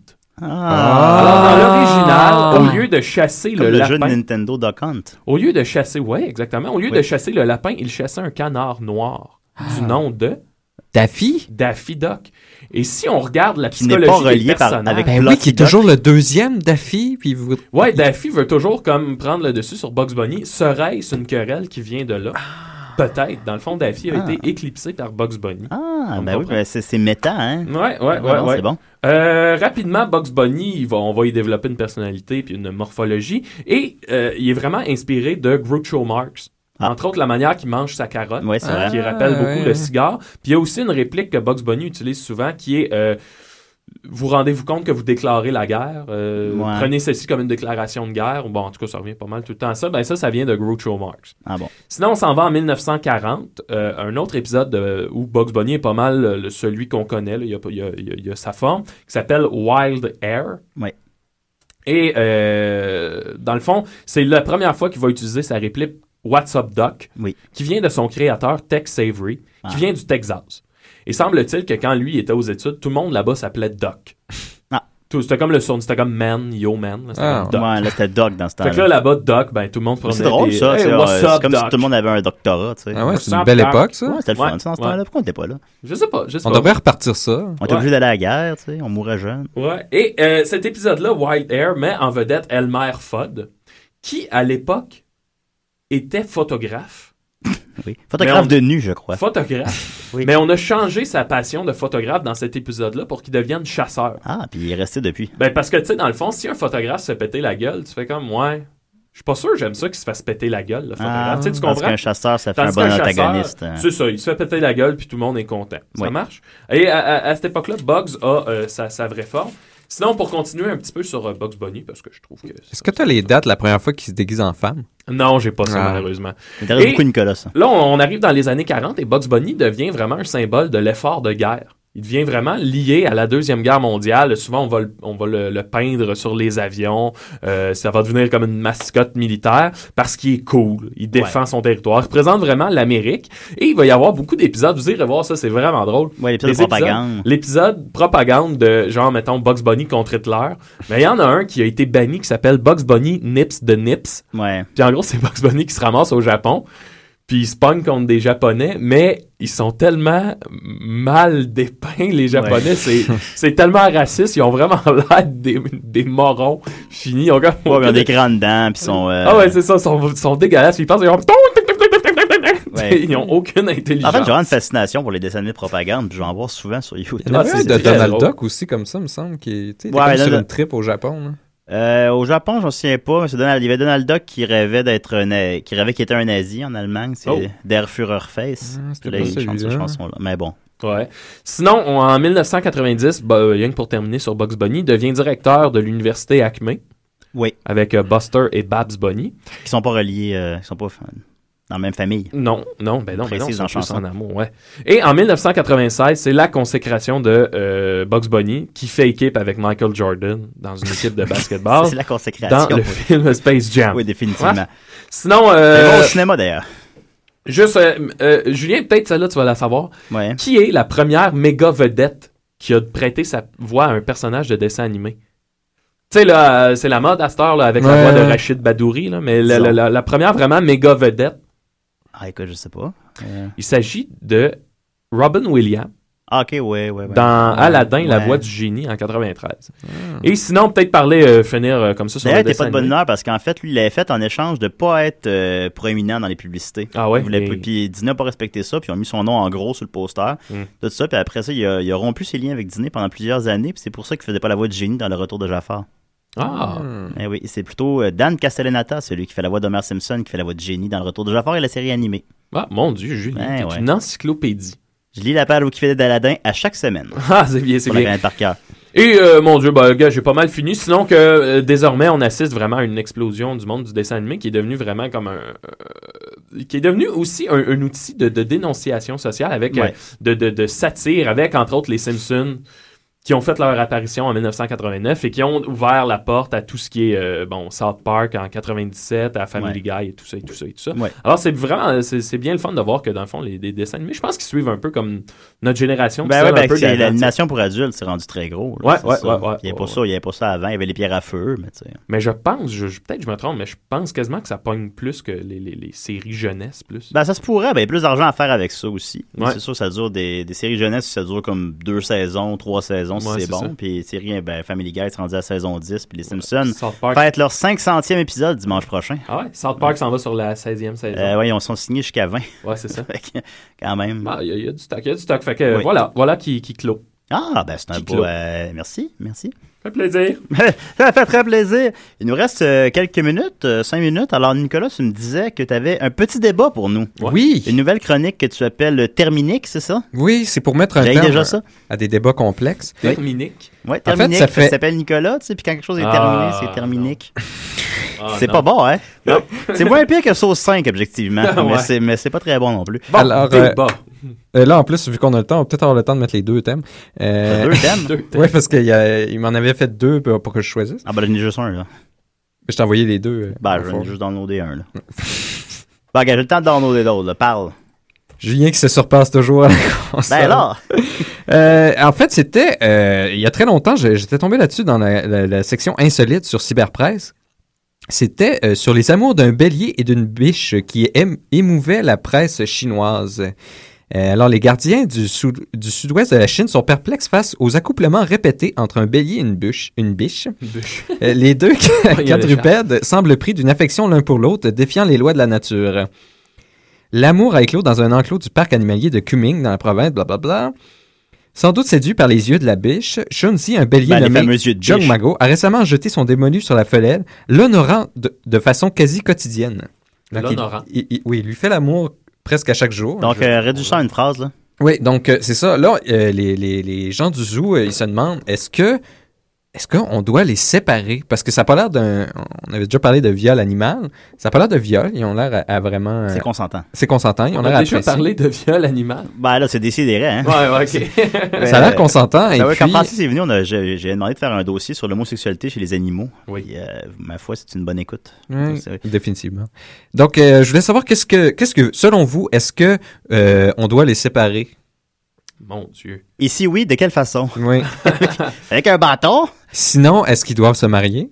Alors, dans l'original, au lieu de chasser
Ah, Comme
Ah, le,
le,
lapin,
jeu de Nintendo Duck Hunt.
au lieu de chasser, ouais, exactement, au lieu
Oui. Ah!
de chasser le lapin, il chassait un canard noir du nom de
Daffy?
Daffy Duck. Et si on regarde la
n'est pas
psychologie des
relié par-
personnages,
avec
Ben oui, qui est toujours le deuxième Daffy. Puis vous...
Ouais, Daffy veut toujours comme prendre le dessus sur Bugs Bunny. Serait-ce une querelle qui vient de là? Peut-être. Dans le fond, Daffy a
Ah.
été éclipsé par Bugs Bunny.
Ah,
On
ben oui,
comprend.
ben c'est c'est méta, hein.
Ouais, ouais, ouais.
Ah non,
ouais.
C'est bon.
Euh, rapidement, Bugs Bunny, il va- on va y développer une personnalité puis une morphologie. Et euh, il est vraiment inspiré de Groucho Marx. Entre autres, la manière qu'il mange sa carotte,
Ouais, c'est vrai.
qui rappelle
Ah,
beaucoup
ouais,
le
ouais.
cigare. Puis il y a aussi une réplique que Bugs Bunny utilise souvent qui est euh, vous rendez-vous compte que vous déclarez la guerre. euh,
Ouais.
Prenez celle-ci comme une déclaration de guerre. Bon, en tout cas, ça revient pas mal tout le temps à ça. Ben, ça, ça vient de Groucho Marx.
Ah bon.
Sinon, on s'en va en 1940, euh, un autre épisode de- où Bugs Bunny est pas mal euh, le- celui qu'on connaît. là. Il y a, pas- il y a- il y a- il y a sa forme, qui s'appelle Wild Air.
Ouais.
Et euh, dans le fond, c'est la première fois qu'il va utiliser sa réplique What's Up Doc, qui vient de son créateur Tex Savory,
Ah.
qui vient du Texas. Et semble-t-il que quand lui était aux études, tout le monde là-bas s'appelait Doc. Tout- C'était comme le son, c'était comme man, yo man. là, c'était
Ah.
comme Doc.
Ouais, là, c'était Doc dans ce
Fait que
temps-là.
là, là-bas, Doc, ben, tout le monde
Mais
prenait
C'est drôle,
des-
ça.
Hey,
tu sais,
what's
ouais,
up,
c'est comme si
Doc?
tout le monde avait un doctorat. tu sais.
Ah ouais, c'est une belle époque, ça.
Ouais, c'était le
Ouais,
fun, ça, dans ce
ouais.
temps-là. Pourquoi on n'était pas là?
Je sais pas, je sais
On
pas.
devrait
repartir ça.
On était
Ouais.
obligé d'aller à la guerre, tu sais. On mourait jeune.
Ouais. Et euh, cet épisode-là, Wild Air, met en vedette Elmer Fudd, qui, à l'époque, était photographe.
Oui. Photographe
Mais on-
de nu, je crois.
Photographe. Mais on a changé sa passion de photographe dans cet épisode-là pour qu'il devienne chasseur.
Ah, puis il est resté depuis.
Ben, parce que, tu sais, dans le fond, si un photographe se fait péter la gueule, tu fais comme, ouais. Je suis pas sûr, j'aime ça qu'il se fasse péter la gueule, le photographe.
Ah,
tu sais, tu
tandis
comprends?
qu'un chasseur, ça fait
Tandis
un bon
qu'un chasseur,
antagoniste, hein.
C'est ça, il se fait péter la gueule, puis tout le monde est content. Ça
Oui.
marche? Et à, à- à cette époque-là, Bugs a euh, sa, sa vraie forme. Sinon, pour continuer un petit peu sur euh, Bugs Bunny, parce que je trouve que
Est-ce que tu as les dates la première fois qu'il se déguise en femme?
Non, j'ai pas ça,
Ah.
malheureusement.
Ça intéresse
Et
beaucoup Nicolas, ça.
Là, on on arrive dans les années 40 et Bugs Bunny devient vraiment un symbole de l'effort de guerre. Il devient vraiment lié à la Deuxième Guerre mondiale. Souvent, on va le, on va le- le peindre sur les avions. Euh, ça va devenir comme une mascotte militaire parce qu'il est cool. Il défend
Ouais.
son territoire. Il représente vraiment l'Amérique. Et il va y avoir beaucoup d'épisodes. Vous irez voir ça, c'est vraiment drôle.
l'épisode
Les
de propagande.
L'épisode propagande de genre, mettons, Bugs Bunny contre Hitler. Mais il y en a un qui a été banni qui s'appelle Bugs Bunny Nips de Nips.
Ouais.
Puis en gros, c'est Bugs Bunny qui se ramasse au Japon. Puis ils se pognent contre des Japonais, mais ils sont tellement mal dépeints, les Japonais.
Ouais.
C'est, c'est tellement raciste. Ils ont vraiment l'air des, des morons finis. Ils ont comme-
Ouais, ils ont des grandes dents, puis ils sont. euh,
Ah ouais, c'est ça. Ils sont, ils sont dégueulasses. Puis ils pensent, ils ont...
Ouais.
Ils ont aucune intelligence.
En fait, j'ai vraiment une fascination pour les dessins animés de propagande, puis je vais en voir souvent sur YouTube.
Il y en avait un Ah, de Donald Duck aussi, comme ça, me semble, qui était
Ouais,
comme
là,
sur
là-
une trip au Japon. là.
Euh, au Japon, je me souviens pas, mais c'est Donald- il y avait Donald Duck qui rêvait d'être un, na- qui rêvait qu'il était un nazi en Allemagne, c'est
Oh.
Der Führerface.
Ah, c'était
Puis là,
pas
il chante cette
celui-là.
chanson-là. Mais bon.
Ouais. Sinon, on- en 1990, bah, euh, rien que pour terminer sur Bugs Bunny, devient directeur de l'université Acme.
Oui.
Avec euh, Buster et Babs Bunny.
Qui sont pas reliés, euh, qui sont pas euh, dans la même famille.
Non, non, ben non, ben non,
Précise
ils sont
en
plus
chanson.
en amour, ouais. Et en 1996, c'est la consécration de euh, Bugs Bunny qui fait équipe avec Michael Jordan dans une équipe de basketball.
C'est la consécration.
Ah. Dans le film Space Jam.
Oui, définitivement.
Ouais. Sinon, euh,
Mais bon, au cinéma d'ailleurs.
Juste, euh, euh, Julien, peut-être celle-là, tu vas la savoir. Qui est la première méga vedette qui a prêté sa voix à un personnage de dessin animé? Tu sais, là, euh, c'est la mode à cette heure, là, avec la
Ouais.
voix de Rachid Badouri, là, mais la, la- la- la première vraiment méga vedette,
Ah, écoute, je sais pas. Euh,
il s'agit de Robin Williams.
Ah, ok, ouais, ouais, ouais.
Dans
Ouais.
Aladdin, la
Ouais.
voix du génie en 93. Et sinon, peut-être parler, euh, finir euh, comme ça sur le
D'ailleurs, t'es
dessin
pas de bonne
animé.
humeur parce qu'en fait, lui, il l'avait fait en échange de pas être euh, proéminent dans les publicités.
Ah ouais?
Il voulait pas-
Et-
Puis Disney n'a pas respecté ça, puis ils ont mis son nom en gros sur le poster.
Mm.
Tout ça, puis après ça, il a, il a rompu ses liens avec Disney pendant plusieurs années, puis c'est pour ça qu'il faisait pas la voix du génie dans Le Retour de Jafar.
Ah.
Hmm.
Eh oui, c'est plutôt euh, Dan Castellanata, celui qui fait la voix d'Homer Simpson, qui fait la voix du génie dans Le Retour de Jafar et la série animée.
Ah, mon Dieu, Julien,
Ben
t'es une encyclopédie.
Je lis la page Wikipédia d'Aladin à chaque semaine.
Ah, c'est bien, c'est
Pour la
bien.
connaître par cœur.
Et euh, mon Dieu, bah, gars, j'ai pas mal fini. Sinon que euh, désormais, on assiste vraiment à une explosion du monde du dessin animé qui est devenu vraiment comme un, euh, qui est devenu aussi un, un outil de, de dénonciation sociale avec euh,
Ouais.
de, de- de satire, avec entre autres les Simpsons qui ont fait leur apparition en 1989 et qui ont ouvert la porte à tout ce qui est euh, bon South Park en 97, à Family Guy et tout ça et tout ça et tout ça.
Ouais.
Alors c'est vraiment euh, c'est c'est bien le fun de voir que dans le fond les, les dessins animés, je pense qu'ils suivent un peu comme notre génération.
Ben
qui
ouais,
sort un
ben,
peu de
c'est
la-
l'animation pour adultes, c'est rendu très gros. là,
Ouais,
c'est
ouais,
ça.
ouais, ouais,
Il n'y avait
ouais,
pas ça, il y avait pas ça avant, il y avait les pierres à feu, mais tu sais.
Mais je pense, je, je- peut-être que je me trompe, mais je pense quasiment que ça pogne plus que les, les- les séries jeunesse, plus.
Ben, ça se pourrait. Ben, il y a plus d'argent à faire avec ça aussi. Mais
Ouais.
C'est sûr, ça dure des, des séries jeunesse, ça dure comme deux saisons, trois saisons, si
Ouais,
c'est
c'est
bon.
ça.
Puis les séries, ben, Family Guy, c'est rendu à saison 10. Puis les Simpsons
South Park.
fêtent leur 500e épisode dimanche prochain.
Ah ouais, South Park s'en va sur la 16e saison.
Euh, ouais, ils en sont signés jusqu'à 20.
Ouais, c'est ça.
Fait que, quand même.
Ah, Il y, a- il y a du stock, il y a du stock. Fait que
Oui.
voilà, voilà qui, qui clôt.
Ah, ben, c'est un
Qui
beau.
clôt.
euh, merci, merci.
fait plaisir.
Ça fait très plaisir. Il nous reste euh, quelques minutes, euh, cinq minutes. Alors, Nicolas, tu me disais que tu avais un petit débat pour nous.
Oui.
Une nouvelle chronique que tu appelles euh, Terminique, c'est ça?
Oui, c'est pour mettre un
J'aille
terme
déjà
à-
ça.
à des débats complexes.
Terminique.
Oui,
fait,
Terminique.
ça
ça
fait-
s'appelle Nicolas, tu sais, puis quand quelque chose est
Ah,
terminé, c'est Terminique.
Ah,
c'est
non.
pas bon, hein? C'est moins pire que Sauce 5, objectivement.
Ah,
mais
ouais.
c'est- Mais c'est pas très bon non plus.
Alors, euh, euh, là, en plus, vu qu'on a le temps, on va peut-être avoir le temps de mettre les deux thèmes. Euh,
Deux thèmes? Deux thèmes.
Oui, parce qu'il y a- il m'en avait fait deux pour pour que je choisisse.
Ah, ben, j'en ai juste un, là.
Je t'ai envoyé les deux. euh,
Ben, je vais juste downloader un, là. ben, regarde, j'ai le temps de downloader d'autres, là. Parle.
Julien qui se surpasse toujours à la console.
Ben là!
Euh, en fait, c'était euh, il y a très longtemps, je- j'étais tombé là-dessus dans la, la- la section insolite sur Cyberpresse. C'était euh, sur les amours d'un bélier et d'une biche qui émouvaient émouvait la presse chinoise. Euh, alors, les gardiens du, sou- du sud-ouest de la Chine sont perplexes face aux accouplements répétés entre un bélier et une, bûche, une biche.
biche.
Euh, les deux
Il y a des
quadrupèdes semblent pris d'une affection l'un pour l'autre, défiant les lois de la nature. L'amour a éclos dans un enclos du parc animalier de Kuming, dans la province, blablabla. Sans doute séduit par les yeux de la biche, Shunzi, un bélier
Ben, les fameux
nommé
yeux de biche.
Jung Mago, a récemment jeté son démonu sur la fenêtre, l'honorant de, de façon quasi quotidienne. Donc, il-
L'honorant.
il- il- oui, il lui fait l'amour presque à chaque jour.
Donc,
Je-
euh, réduis ça à une phrase, là.
oui, donc euh, c'est ça. Là, euh, les, les- les gens du zoo, euh, ils se demandent est-ce que est-ce qu'on doit les séparer Parce que ça n'a pas l'air d'un. On avait déjà parlé de viol animal. Ça n'a pas l'air de viol. Ils ont l'air à, à vraiment. euh,
C'est consentant.
C'est consentant. Ils
On
ont l'air
a déjà parlé
appréciés.
de viol animal.
Ben, là, c'est décidéré, hein.
Ouais, ouais, ok.
Ben,
Ça a l'air
euh,
consentant,
ben
et
ouais, Quand
puis-
Francis est venu, on a- j'ai j'ai demandé de faire un dossier sur l'homosexualité chez les animaux. Oui. ma foi, c'est une bonne écoute.
Oui,
C'est vrai.
hmm, définitivement. Donc, euh, je voulais savoir qu'est-ce que, qu'est-ce que, selon vous, est-ce que euh, on doit les séparer
Mon Dieu.
Et si oui, de quelle façon?
Oui.
Avec un bâton?
Sinon, est-ce qu'ils doivent se marier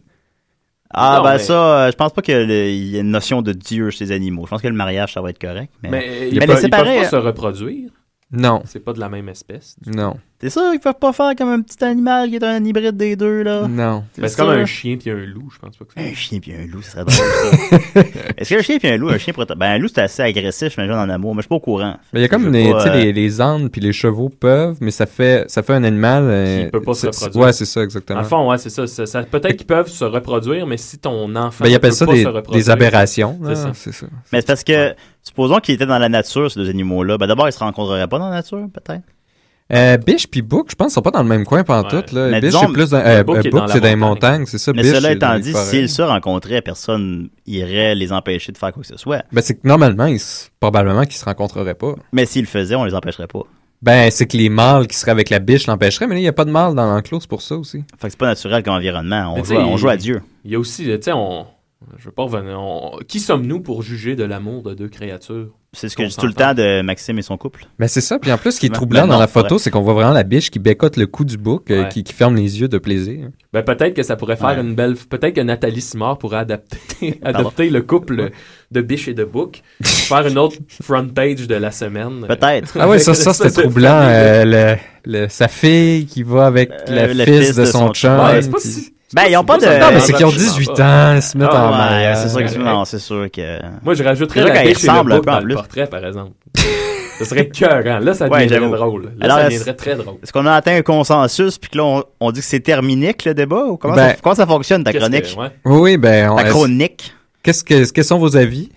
Ah,
Non,
ben
mais-
ça, euh, je pense pas qu'il y ait une notion de Dieu chez les animaux. Je pense que le mariage, ça va être correct. Mais,
Mais euh,
Mais
ils,
les
peuvent, ils
séparer,
peuvent pas se
euh,
reproduire.
Non.
C'est pas de la même espèce.
Non.
T'es sûr qu'ils peuvent pas faire comme un petit animal qui est un hybride des deux, là?
Non.
T'es
Ben, c'est comme
sûr?
un chien puis un loup, je pense pas que c'est.
Un chien puis un loup, ça serait drôle, ça. Est-ce qu'un chien puis un loup, un chien pourrait t- Ben, un loup, c'est assez agressif, j'imagine, en amour, mais je suis pas au courant.
Mais il y a
Je
comme
veux
les,
pas,
tu sais,
euh,
les, les ânes puis les chevaux peuvent, mais ça fait, ça fait un animal. euh,
Qui peut pas se
c'est- c'est-
reproduire.
Ouais, c'est ça, exactement.
Dans le fond, ouais, c'est ça. ça- ça- Peut-être qu'ils peuvent se reproduire, mais si ton enfant.
Ben, ils
ne
appellent
peut
ça
pas
des-
se reproduire,
des aberrations, là,
C'est ça.
c'est ça.
Mais c'est parce que, supposons qu'ils étaient dans la nature, ces deux animaux-là. Ben, d'abord, ils se rencontreraient pas dans la nature, peut-être.
Euh, Biche puis Book, je pense, qu'ils sont pas dans le même coin pantoute. Là.
Mais
Biche,
disons,
c'est plus dans.
le
Euh,
Book
euh,
est
Book,
dans la
c'est dans les
montagne.
montagnes, c'est ça.
Mais
Biche,
cela
c'est dans
étant
les
dit,
forêts.
s'ils se rencontraient, personne irait les empêcher de faire quoi que ce soit.
Ben, c'est que normalement, ils se- probablement qu'ils se rencontreraient pas.
Mais s'ils le faisaient, on les empêcherait pas.
Ben, c'est que les mâles qui seraient avec la biche l'empêcheraient, mais là, il n'y a pas de mâle dans l'enclos, c'est pour ça aussi.
Fait que c'est pas naturel comme environnement.
Mais
On,
tu
joue,
sais,
à- on
il-
joue à Dieu.
Il y a aussi, tu sais, on. Je veux pas revenir. on- Qui sommes-nous pour juger de l'amour de deux créatures
C'est ce que je dis tout le temps de Maxime et son couple.
Ben, c'est ça. Puis en plus, ce qui est
Ben,
troublant
ben
dans
non,
la photo,
ouais.
c'est qu'on voit vraiment la biche qui bécote le cou du bouc, euh,
Ouais.
qui, qui ferme les yeux de plaisir.
Ben, peut-être que ça pourrait faire une belle. Peut-être que Nathalie Simard pourrait adapter, adapter le couple de Biche et de Book, faire une autre front page de la semaine.
Peut-être.
Ah ouais, ça, ça, c'était troublant. euh, le- le- sa fille qui va avec
Euh,
le, fils de son, chum.
Ouais, c'est pas
puis- euh,
si- Ben, ils ont pas de.
Non, mais c'est qu'ils ont 18 ans, ils se mettent en
Ah ouais,
mariage.
C'est sûr que non, c'est sûr que.
Moi, je rajouterais
C'est sûr
la
qu'elle
biche et le
ressemble un
bouc
peu en
dans le
plus.
portrait, par exemple. Ce serait cœurant. Là, ça
Ouais,
deviendrait
j'avoue.
drôle. Là, ça
Alors,
deviendrait très drôle.
Est-ce qu'on a atteint un consensus, puis que là, on, on dit que c'est terminique le débat? Ou comment,
Ben,
ça, comment ça fonctionne ta
qu'est-ce que-
chronique?
ouais.
Oui, oui, ben. on-
Ta chronique.
Qu'est-ce que, quels sont vos avis?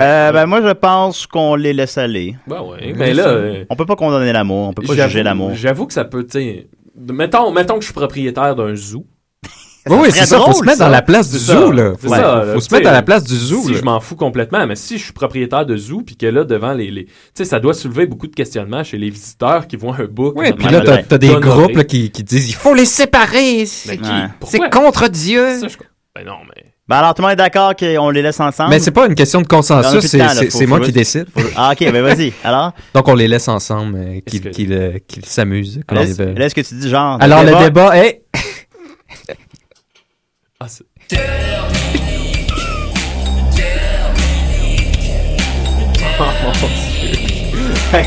Euh, ben, moi, je pense qu'on les laisse aller.
Ben ouais, mais là, euh,
On peut pas condamner l'amour, on peut pas
J'avoue-
juger l'amour.
J'avoue que ça peut, tu sais, de- Mettons, mettons que je suis propriétaire d'un zoo.
Oui, oui,
serait
c'est ça. faut
drôle,
se mettre
ça.
dans la place du
C'est
zoo,
ça.
là.
C'est
Faut,
ça,
faut
là,
se
tu sais,
mettre à la place du zoo,
Si
là.
je m'en fous complètement, mais si je suis propriétaire de zoo, puis que là, devant les. les- tu sais, ça doit soulever beaucoup de questionnements chez les visiteurs qui voient un bouc.
Oui, puis là, t'as- t'as des groupes là, qui, qui disent il faut les séparer.
Mais qui?
C'est contre Dieu.
Ben non, mais.
Ben, alors, tout le monde est d'accord qu'on les laisse ensemble?
Mais c'est pas une question de
On a
consensus,
Ah. plus de
c'est
temps, là,
c'est-
faut-
c'est moi
faut-
qui décide.
faut- Ah, ok, ben vas-y. Alors,
Donc on les laisse ensemble, euh, qu'ils
que-
qu'ils, euh, qu'ils s'amusent. comme
là,
ils veulent.
est- là, est-ce que tu dis genre.
Alors le débat est.
Ah, c'est- Oh, mon Dieu. Hey.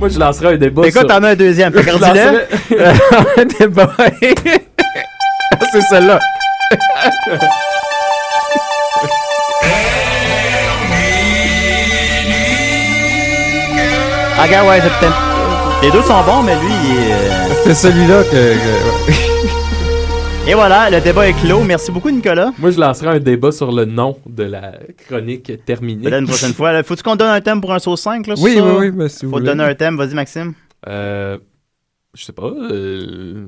Moi, je lancerais un débat.
Mais écoute,
sur-
t'en as un deuxième. Fait que
Je
redis-le.
lancerais-
Un débat est- Ah, c'est celle-là.
Ah, regarde, ouais, c'est peut-être. Les deux sont bons, mais lui, il est... euh,
C'est celui-là que. que- ouais.
Et voilà, le débat est clos. Merci beaucoup, Nicolas.
Moi, je lancerai un débat sur le nom de la chronique terminée.
Peut-être une prochaine fois. là. Faut-tu qu'on donne un thème pour un saut 5? Là, sur
Oui,
ça?
oui, oui, ben, si vous
Faut
voulez.
donner un thème. Vas-y, Maxime.
Euh, je sais pas. euh,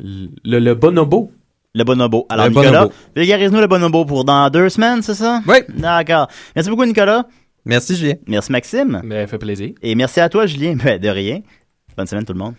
le, le bonobo.
Le bonobo. Alors, Nicolas, vulgarise-nous le bonobo pour dans deux semaines, c'est ça?
Oui.
D'accord. Merci beaucoup, Nicolas.
Merci, Julien.
Merci, Maxime.
Mais fait plaisir.
Et merci à toi, Julien. Ben, de rien. Ben, Bonne semaine, tout le monde.